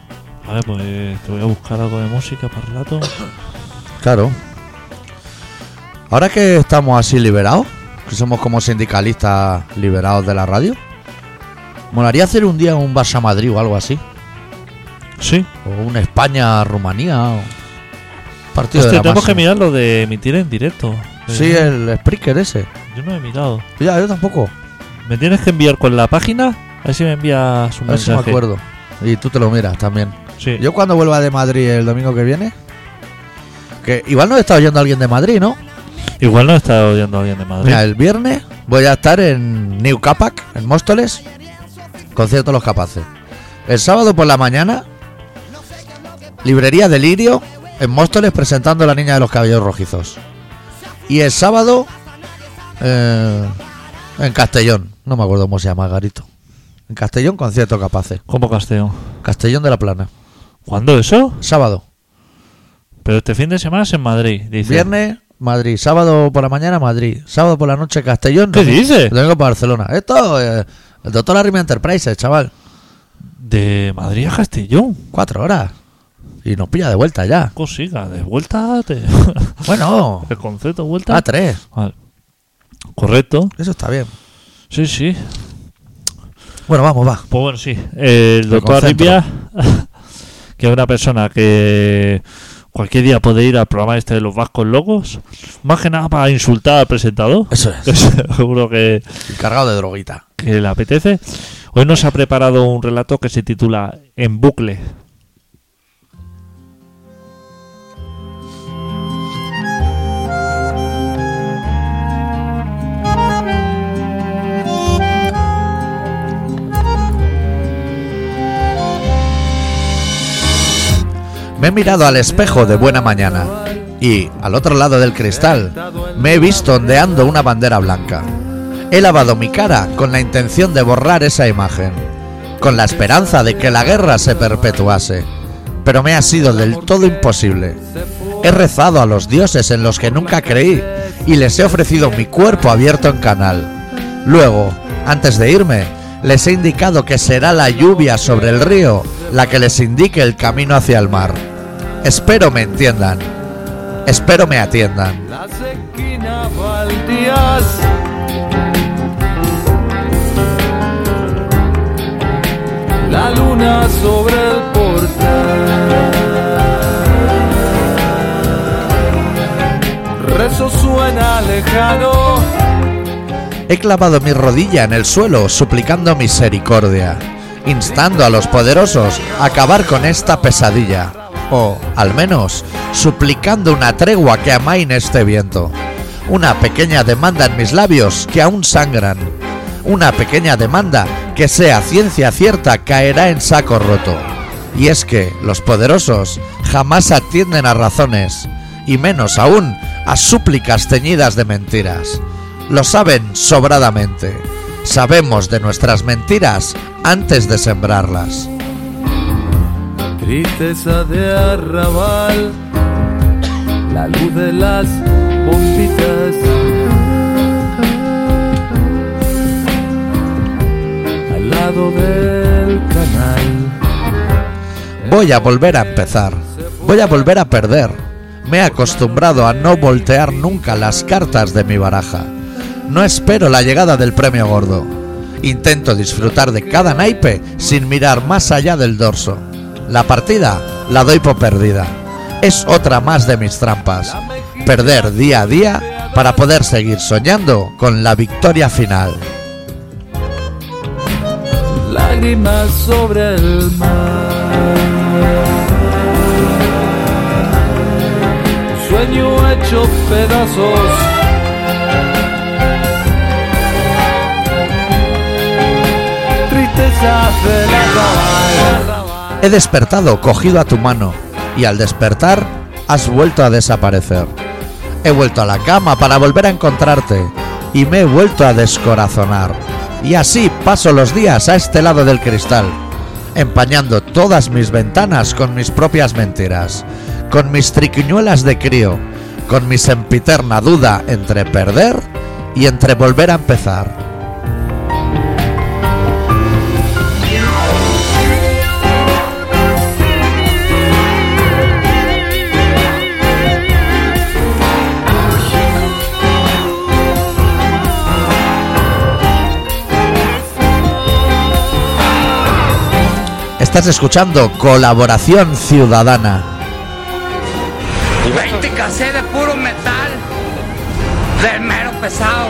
S2: a ver, pues te voy a buscar algo de música para relato.
S1: Claro. Ahora que estamos así liberados, que somos como sindicalistas liberados de la radio, molaría hacer un día un Barça Madrid o algo así.
S2: Sí.
S1: O un España-Rumanía. o un Partido de
S2: Hostia,
S1: la
S2: tenemos que
S1: máxima.
S2: mirar lo de emitir en directo. Eh,
S1: Sí, eh. el Spreaker ese.
S2: Yo no he mirado.
S1: Ya, yo tampoco.
S2: ¿Me tienes que enviar con la página? A ver si me envías un
S1: A ver si
S2: mensaje.
S1: me acuerdo. Y tú te lo miras también.
S2: Sí.
S1: Yo cuando vuelva de Madrid el domingo que viene, que igual nos está oyendo alguien de Madrid, ¿no?
S2: Igual no está oyendo alguien de Madrid.
S1: Mira, el viernes voy a estar en New Capac, en Móstoles, concierto Los Capaces. El sábado por la mañana, librería Delirio, en Móstoles, presentando a la niña de los cabellos rojizos. Y el sábado, eh, en Castellón, no me acuerdo cómo se llama, Garito. En Castellón, concierto Capaces.
S2: ¿Cómo Castellón?
S1: Castellón de la Plana,
S2: ¿Cuándo eso?
S1: sábado.
S2: Pero este fin de semana es en Madrid, dice.
S1: Viernes, Madrid. Sábado por la mañana, Madrid. Sábado por la noche, Castellón.
S2: ¿Qué
S1: domingo-
S2: dices?
S1: Domingo para Barcelona. Esto, eh, el doctor Arrima Enterprises, chaval.
S2: De Madrid a Castellón.
S1: Cuatro horas. Y nos pilla de vuelta ya.
S2: Cosiga, de vuelta, te...
S1: Bueno,
S2: el concepto vuelta.
S1: a tres.
S2: Vale. Correcto.
S1: Eso está bien.
S2: Sí, sí.
S1: Bueno, vamos, va.
S2: Pues bueno, sí. El
S1: Me
S2: doctor
S1: concentro.
S2: Arribia, que es una persona que cualquier día puede ir al programa este de los vascos locos, más que nada para insultar al presentador,
S1: Eso
S2: que
S1: es.
S2: seguro que,
S1: Y cargado de droguita.
S2: que le apetece. Hoy nos ha preparado un relato que se titula En bucle.
S1: Me he mirado al espejo de buena mañana. Y, al otro lado del cristal, me he visto ondeando una bandera blanca. He lavado mi cara con la intención de borrar esa imagen, con la esperanza de que la guerra se perpetuase, pero me ha sido del todo imposible. He rezado a los dioses en los que nunca creí y les he ofrecido mi cuerpo abierto en canal. Luego, antes de irme, les he indicado que será la lluvia sobre el río la que les indique el camino hacia el mar. Espero me entiendan. Espero me atiendan.
S3: las esquinas baldías. La luna sobre el portal. Rezo suena lejano.
S1: He clavado mi rodilla en el suelo suplicando misericordia, instando a los poderosos a acabar con esta pesadilla, o, al menos, suplicando una tregua que amaine este viento. Una pequeña demanda en mis labios que aún sangran. Una pequeña demanda que sea ciencia cierta caerá en saco roto. Y es que los poderosos jamás atienden a razones, y menos aún a súplicas ceñidas de mentiras. Lo saben sobradamente. Sabemos de nuestras mentiras antes de sembrarlas.
S3: Tristeza de arrabal, la luz de las bombitas. Al lado del canal.
S1: Voy a volver a empezar. Voy a volver a perder. Me he acostumbrado a no voltear nunca las cartas de mi baraja. No espero la llegada del premio gordo. Intento disfrutar de cada naipe sin mirar más allá del dorso. La partida la doy por perdida. Es otra más de mis trampas. Perder día a día para poder seguir soñando con la victoria final.
S3: Lágrimas sobre el mar. Sueño hecho pedazos. Tristeza de la arrabal.
S1: He despertado cogido a tu mano y al despertar has vuelto a desaparecer. He vuelto a la cama para volver a encontrarte y me he vuelto a descorazonar. Y así paso los días a este lado del cristal, empañando todas mis ventanas con mis propias mentiras, con mis triquiñuelas de crío, con mi sempiterna duda entre perder y entre volver a empezar. Estás escuchando Colaboración Ciudadana.
S4: Te casé de puro metal, del mero pesado.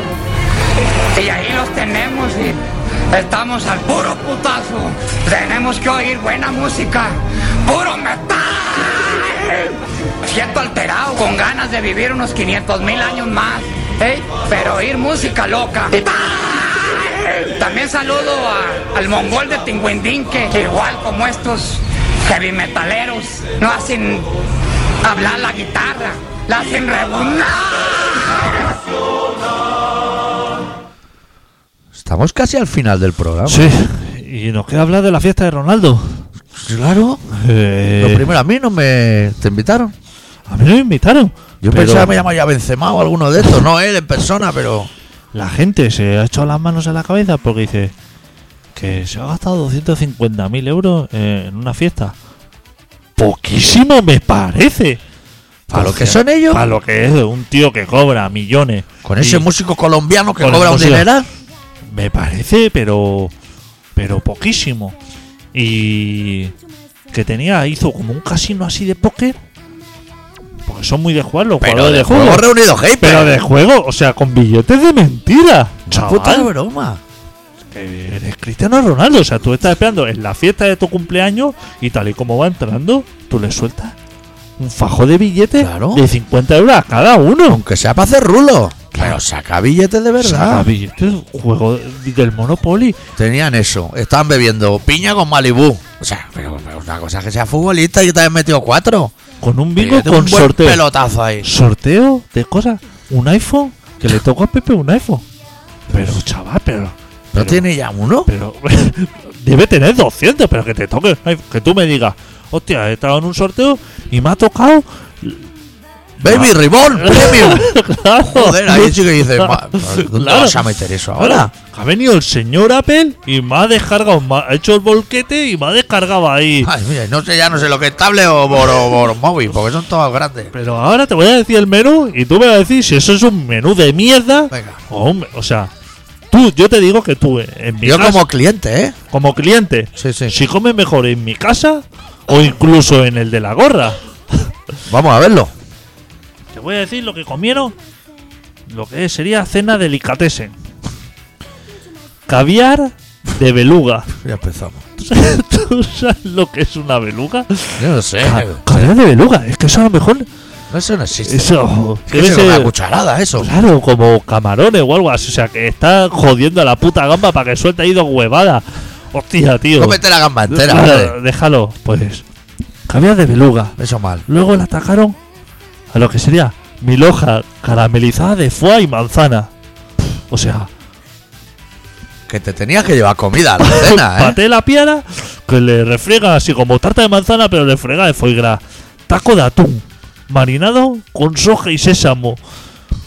S4: Y ahí los tenemos y estamos al puro putazo. Tenemos que oír buena música, puro metal. Siento alterado, con ganas de vivir unos 500 mil años más. ¿eh? Pero oír música loca. También saludo a- al mongol de Tingüendín, que igual como estos heavy metaleros, no hacen hablar la guitarra, la hacen rebuznar.
S1: Estamos casi al final del programa.
S2: Sí, y nos queda hablar de la fiesta de Ronaldo.
S1: claro.
S2: Eh,
S1: Lo primero, a mí no me. ¿Te invitaron?
S2: A mí me invitaron.
S1: Yo
S2: pero
S1: pensaba que me llamaría Benzema o alguno de estos. No él en persona, pero.
S2: La gente se ha hecho las manos a la cabeza porque dice que se ha gastado 250.000 euros en una fiesta. Poquísimo me parece.
S1: ¿Para lo que son ellos?
S2: Para lo que es un tío que cobra millones.
S1: Con ese
S2: Y-
S1: músico colombiano que
S2: Con
S1: cobra un
S2: música.
S1: dineral.
S2: Me parece, pero. Pero poquísimo. Y. Que tenía, hizo como un casino así de póker. Porque son muy de jugar los jugadores de
S1: Hemos
S2: juego.
S1: reunido Heiper.
S2: Pero de juego, o sea, con billetes de mentira.
S1: Puta
S2: Chaval,
S1: broma.
S2: que eres Cristiano Ronaldo. O sea, tú estás esperando en la fiesta de tu cumpleaños y tal y como va entrando, tú le sueltas un fajo de billetes
S1: Claro.
S2: de 50 euros a cada uno.
S1: Aunque sea para hacer rulo. Pero saca billetes de
S2: Saca
S1: verdad.
S2: billetes, juego del Monopoly.
S1: Tenían eso. Estaban bebiendo piña con Malibú. O sea, pero, pero una cosa es que sea futbolista y yo te habías metido cuatro.
S2: Con un
S1: Pero yo
S2: bingo
S1: tengo
S2: con
S1: un buen
S2: sorteo.
S1: pelotazo ahí.
S2: sorteo de cosas. Un iPhone, que le tocó a Pepe un iPhone. Pero chaval, pero.
S1: ¿No
S2: pero-
S1: tiene ya uno?
S2: Pero. debe tener 200, pero que te toque. un iPhone, Que tú me digas, hostia, he estado en un sorteo y me ha tocado.
S1: Baby Reborn Premium.
S2: claro.
S1: Joder, ahí sí que dices, "Ma-
S2: Claro.
S1: ¿dónde vas a meter eso ahora?
S2: Ha venido el señor Apple y me ha descargado, me ha hecho el volquete y me ha descargado ahí.
S1: Ay, mira, no sé ya no sé lo que es tablet o por, o por móvil, porque son todos grandes.
S2: Pero ahora te voy a decir el menú y tú me vas a decir si eso es un menú de mierda.
S1: Venga.
S2: O, un- o sea, tú, yo te digo que tú eh, en mi
S1: Yo
S2: casa,
S1: como cliente, ¿eh?
S2: como cliente,
S1: Sí, sí.
S2: si comes mejor en mi casa o incluso en el de la gorra,
S1: Vamos a verlo.
S2: te voy a decir lo que comieron, lo que sería cena delicatessen. Caviar de beluga.
S1: Ya empezamos.
S2: ¿Tú sabes lo que es una beluga?
S1: Yo no sé.
S2: Ca- Caviar de beluga, es que eso a lo mejor...
S1: Eso no existe.
S2: Eso...
S1: ¿Qué
S2: debe
S1: es
S2: ser-
S1: una cucharada eso?
S2: Claro, como camarones o algo así. O sea, que está jodiendo a la puta gamba para que suelte ahí dos huevadas. Hostia, tío.
S1: Cómete la gamba entera,
S2: Claro,
S1: hombre.
S2: Déjalo, pues. Caviar de beluga.
S1: Eso mal.
S2: Luego le atacaron a lo que sería miloja caramelizada de foie y manzana. O sea,
S1: ¿Eh? Que te tenías que llevar comida a la cena, ¿eh?
S2: paté la piedra que le refrega así como tarta de manzana, pero le frega de foie gras. Taco de atún marinado con soja y sésamo.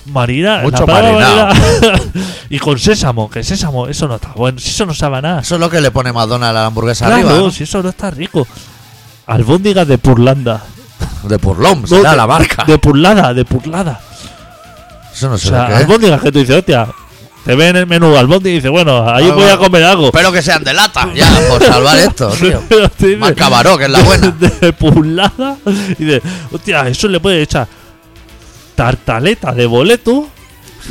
S2: Marina,
S1: Mucho
S2: la palabra
S1: marinado.
S2: marinada. y con sésamo, que sésamo, eso no está bueno, si eso no sabe a nada.
S1: Eso es lo que le pone Madonna a la hamburguesa
S2: Claro,
S1: arriba. ¿no?
S2: si eso no está rico. Albóndigas de Purlanda.
S1: De Purlón,
S2: No,
S1: Pues será
S2: de-
S1: la barca.
S2: De Purlada, de Purlada.
S1: Eso no
S2: O
S1: sé
S2: sea,
S1: lo que es.
S2: albóndigas que tú dices, hostia, te ven el menú albóndigas y dices, bueno, ahí
S1: Algo-
S2: voy a comer algo.
S1: Espero que sean de lata, ya, por salvar esto, tío.
S2: Pero te dice-
S1: Marca Baró, que es la buena.
S2: De Purlada. Y dices, hostia, eso le puede echar tartaleta de boleto,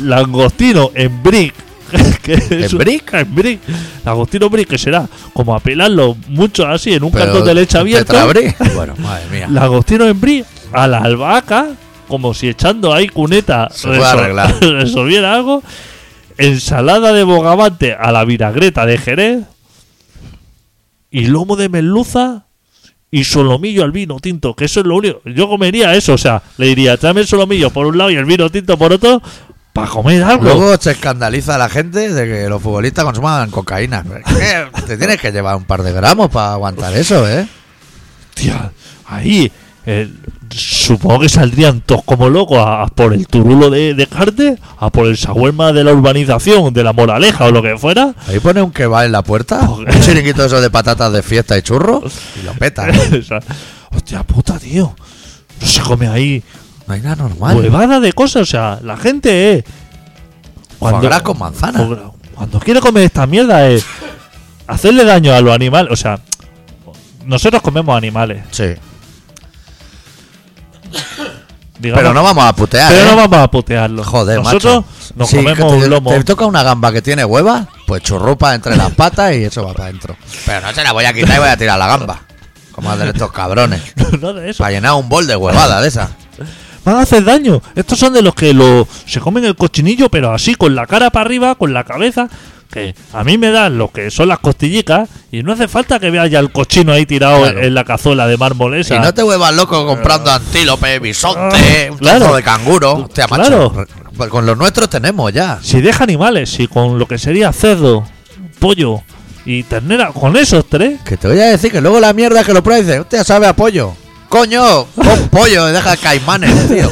S2: langostino en brick. que es un-
S1: brick?
S2: En brick. Langostino brick, que será como apelarlo mucho así en un
S1: Pero-
S2: cartón de leche abierto.
S1: Tetrabrí. Bueno, madre mía.
S2: Lagostino en brie a la albahaca, como si echando ahí cuneta
S1: Se puede arreglar.
S2: resolviera algo. Ensalada de bogavante a la vinagreta de Jerez. Y lomo de merluza y solomillo al vino tinto, que eso es lo único. Yo comería eso, o sea, le diría, tráeme el solomillo por un lado y el vino tinto por otro, para comer algo.
S1: Luego se escandaliza a la gente de que los futbolistas consuman cocaína. Pero es que Te tienes que llevar un par de gramos para aguantar eso, ¿eh?
S2: Hostia, ahí. eh, supongo que saldrían todos como locos a, a por el turulo de, de Carte, a por el shawarma de la urbanización, de la moraleja o lo que fuera.
S1: Ahí pone un que va en la puerta, un
S2: Joder.
S1: chiringuito eso de patatas de fiesta y churro, y lo peta. ¿eh?
S2: O sea, hostia puta, tío. No se come ahí
S1: No hay nada normal.
S2: huevada de cosas. O sea, la gente es.
S1: Foie gras con manzana.
S2: foie gras. cuando quiere comer esta mierda es hacerle daño a los animales. O sea, nosotros comemos animales.
S1: Sí.
S2: digamos,
S1: Pero no vamos a putear.
S2: pero
S1: ¿eh?
S2: no vamos a putearlo.
S1: Joder,
S2: Nosotros
S1: macho.
S2: nos
S1: Sí, que
S2: comemos
S1: te,
S2: un lomo.
S1: Te toca una gamba que tiene hueva, pues churrupa entre las patas y eso va para adentro. Pero no se la voy a quitar y voy a tirar la gamba. Como hacen estos cabrones.
S2: no de eso.
S1: Para llenar un bol de huevada de esa.
S2: Van a hacer daño. Estos son de los que lo, se comen el cochinillo, pero así, con la cara para arriba, con la cabeza. Que a mí me dan lo que son las costillicas y no hace falta que vea ya el cochino ahí tirado
S1: Claro.
S2: en la cazuela de mármolesa.
S1: Y no te vuelvas loco comprando antílope, bisonte, un
S2: Claro.
S1: trozo de canguro. Hostia, macho.
S2: Claro.
S1: re- Con los nuestros tenemos ya.
S2: Si deja animales, si con lo que sería cerdo, pollo y ternera, con esos tres,
S1: Que te voy a decir que luego la mierda que lo pruebas y dices, hostia, sabe a pollo. Coño, pon pollo y deja caimanes, tío.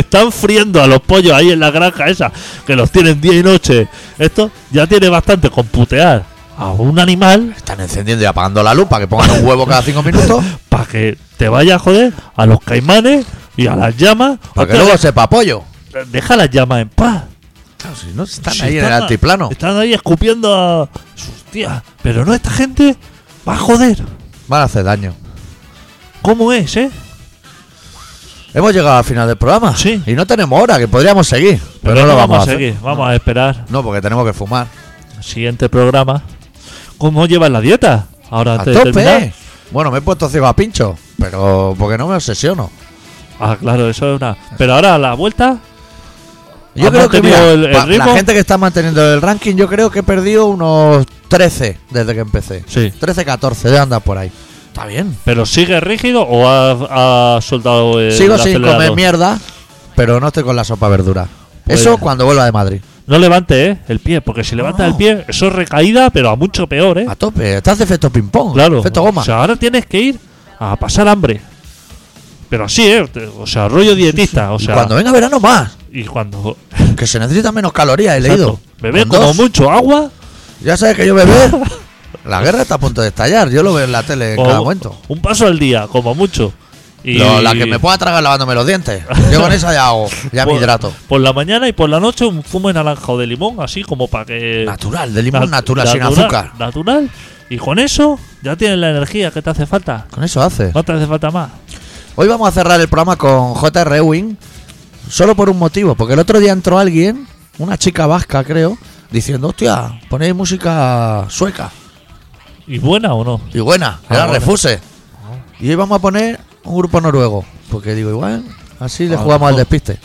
S2: están friendo a los pollos ahí en la granja esa, que los tienen día y noche. Esto ya tiene bastante con putear a un animal
S1: Están encendiendo y apagando la luz para que pongan un huevo cada cinco minutos.
S2: para que te vaya a joder a los caimanes y a las llamas.
S1: Para que
S2: Hostia,
S1: luego sepa pollo.
S2: de- Deja las llamas en paz.
S1: Claro, si no están
S2: Si
S1: ahí en el
S2: están a-
S1: altiplano.
S2: Están ahí escupiendo a. Hostia, pero no, esta gente va a joder.
S1: Van a hacer daño.
S2: ¿Cómo es, eh?
S1: Hemos llegado al final del programa.
S2: Sí.
S1: Y no tenemos hora, que podríamos seguir. Pero, no
S2: no
S1: lo vamos, a
S2: seguir,
S1: hacer.
S2: vamos a esperar.
S1: No, porque tenemos que fumar.
S2: siguiente programa. ¿Cómo llevas la dieta? Ahora
S1: A
S2: antes de terminar.
S1: tope. ¿eh? Bueno, me he puesto ciego a pincho. Pero porque no me obsesiono.
S2: Ah, claro, eso es una. Pero ahora a la vuelta.
S1: Yo
S2: ¿Has
S1: creo que
S2: mantenido el- el
S1: pa- la
S2: ritmo?
S1: gente que está manteniendo el ranking, yo creo que he perdido unos 13 desde que empecé.
S2: Sí.
S1: 13, 14, de andar por ahí. Está bien.
S2: ¿Pero sigue rígido o has, has soltado el
S1: Sigo sin
S2: acelerador?
S1: comer mierda, pero no estoy con la sopa verdura.
S2: Pues-
S1: Eso cuando vuelva de Madrid.
S2: No levante, ¿eh? El pie, porque si levanta
S1: No.
S2: el pie, eso es recaída, pero a mucho peor, ¿eh?
S1: A tope. Estás de efecto ping-pong.
S2: claro.
S1: Efecto goma.
S2: O sea, ahora tienes que ir a pasar hambre. Pero así, ¿eh? Te- O sea, rollo dietista. O
S1: Y
S2: sea,
S1: cuando venga verano más,
S2: y cuando-
S1: que se necesitan menos calorías, he leído.
S2: Exacto. Bebé
S1: Con
S2: como
S1: dos.
S2: mucho agua.
S1: Ya sabes que yo beber. la guerra está a punto de estallar. Yo lo veo en la tele en
S2: o
S1: cada momento.
S2: Un paso al día, como mucho. Y
S1: Lo- la que me pueda tragar lavándome los dientes. Yo con esa ya hago, ya me
S2: por,
S1: hidrato.
S2: Por la mañana y por la noche un zumo de naranja o de limón, así como para que.
S1: Natural, de limón
S2: eh, nat-
S1: natural, sin azúcar.
S2: Natural. Y con eso ya tienes la energía que te hace falta.
S1: Con eso hace.
S2: No te hace falta más.
S1: Hoy vamos a cerrar el programa con J. Rewin, solo por un motivo, porque el otro día entró alguien, una chica vasca creo, diciendo, hostia, ponéis música sueca
S2: ¿Y buena o no?
S1: y buena,
S2: Ah,
S1: era
S2: bueno.
S1: refuse. Y hoy vamos a poner un grupo noruego, porque digo, igual, así le
S2: Ah,
S1: jugamos al
S2: no.
S1: despiste.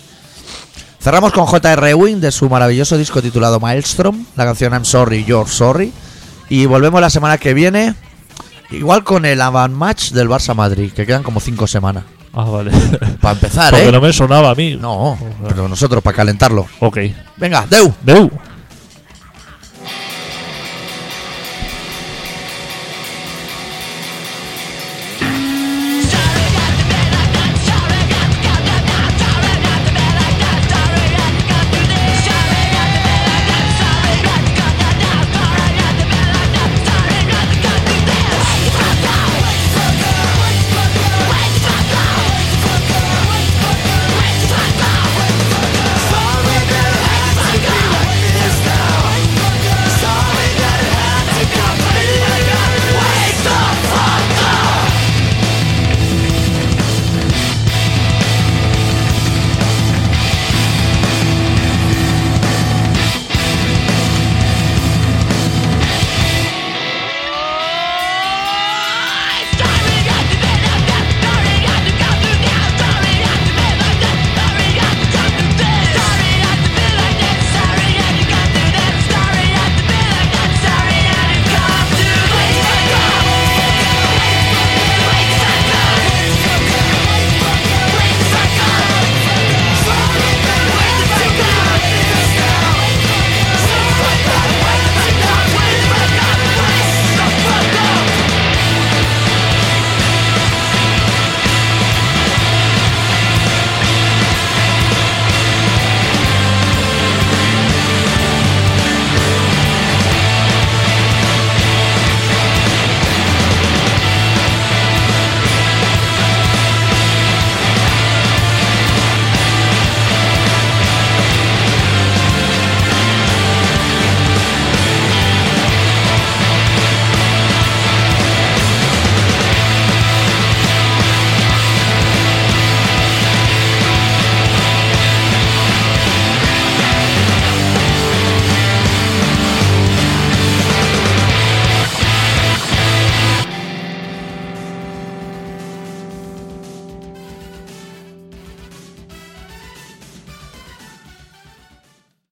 S1: Cerramos con J. Rewin de su maravilloso disco titulado Maelstrom, la canción I'm Sorry, You're Sorry, y volvemos la semana que viene, igual con el avant match del Barça Madrid, que quedan como cinco semanas.
S2: Ah, vale.
S1: Para empezar,
S2: Porque
S1: ¿eh?
S2: no me sonaba a mí.
S1: No, pero nosotros para calentarlo.
S2: Ok.
S1: Venga, Deu.
S2: Deu.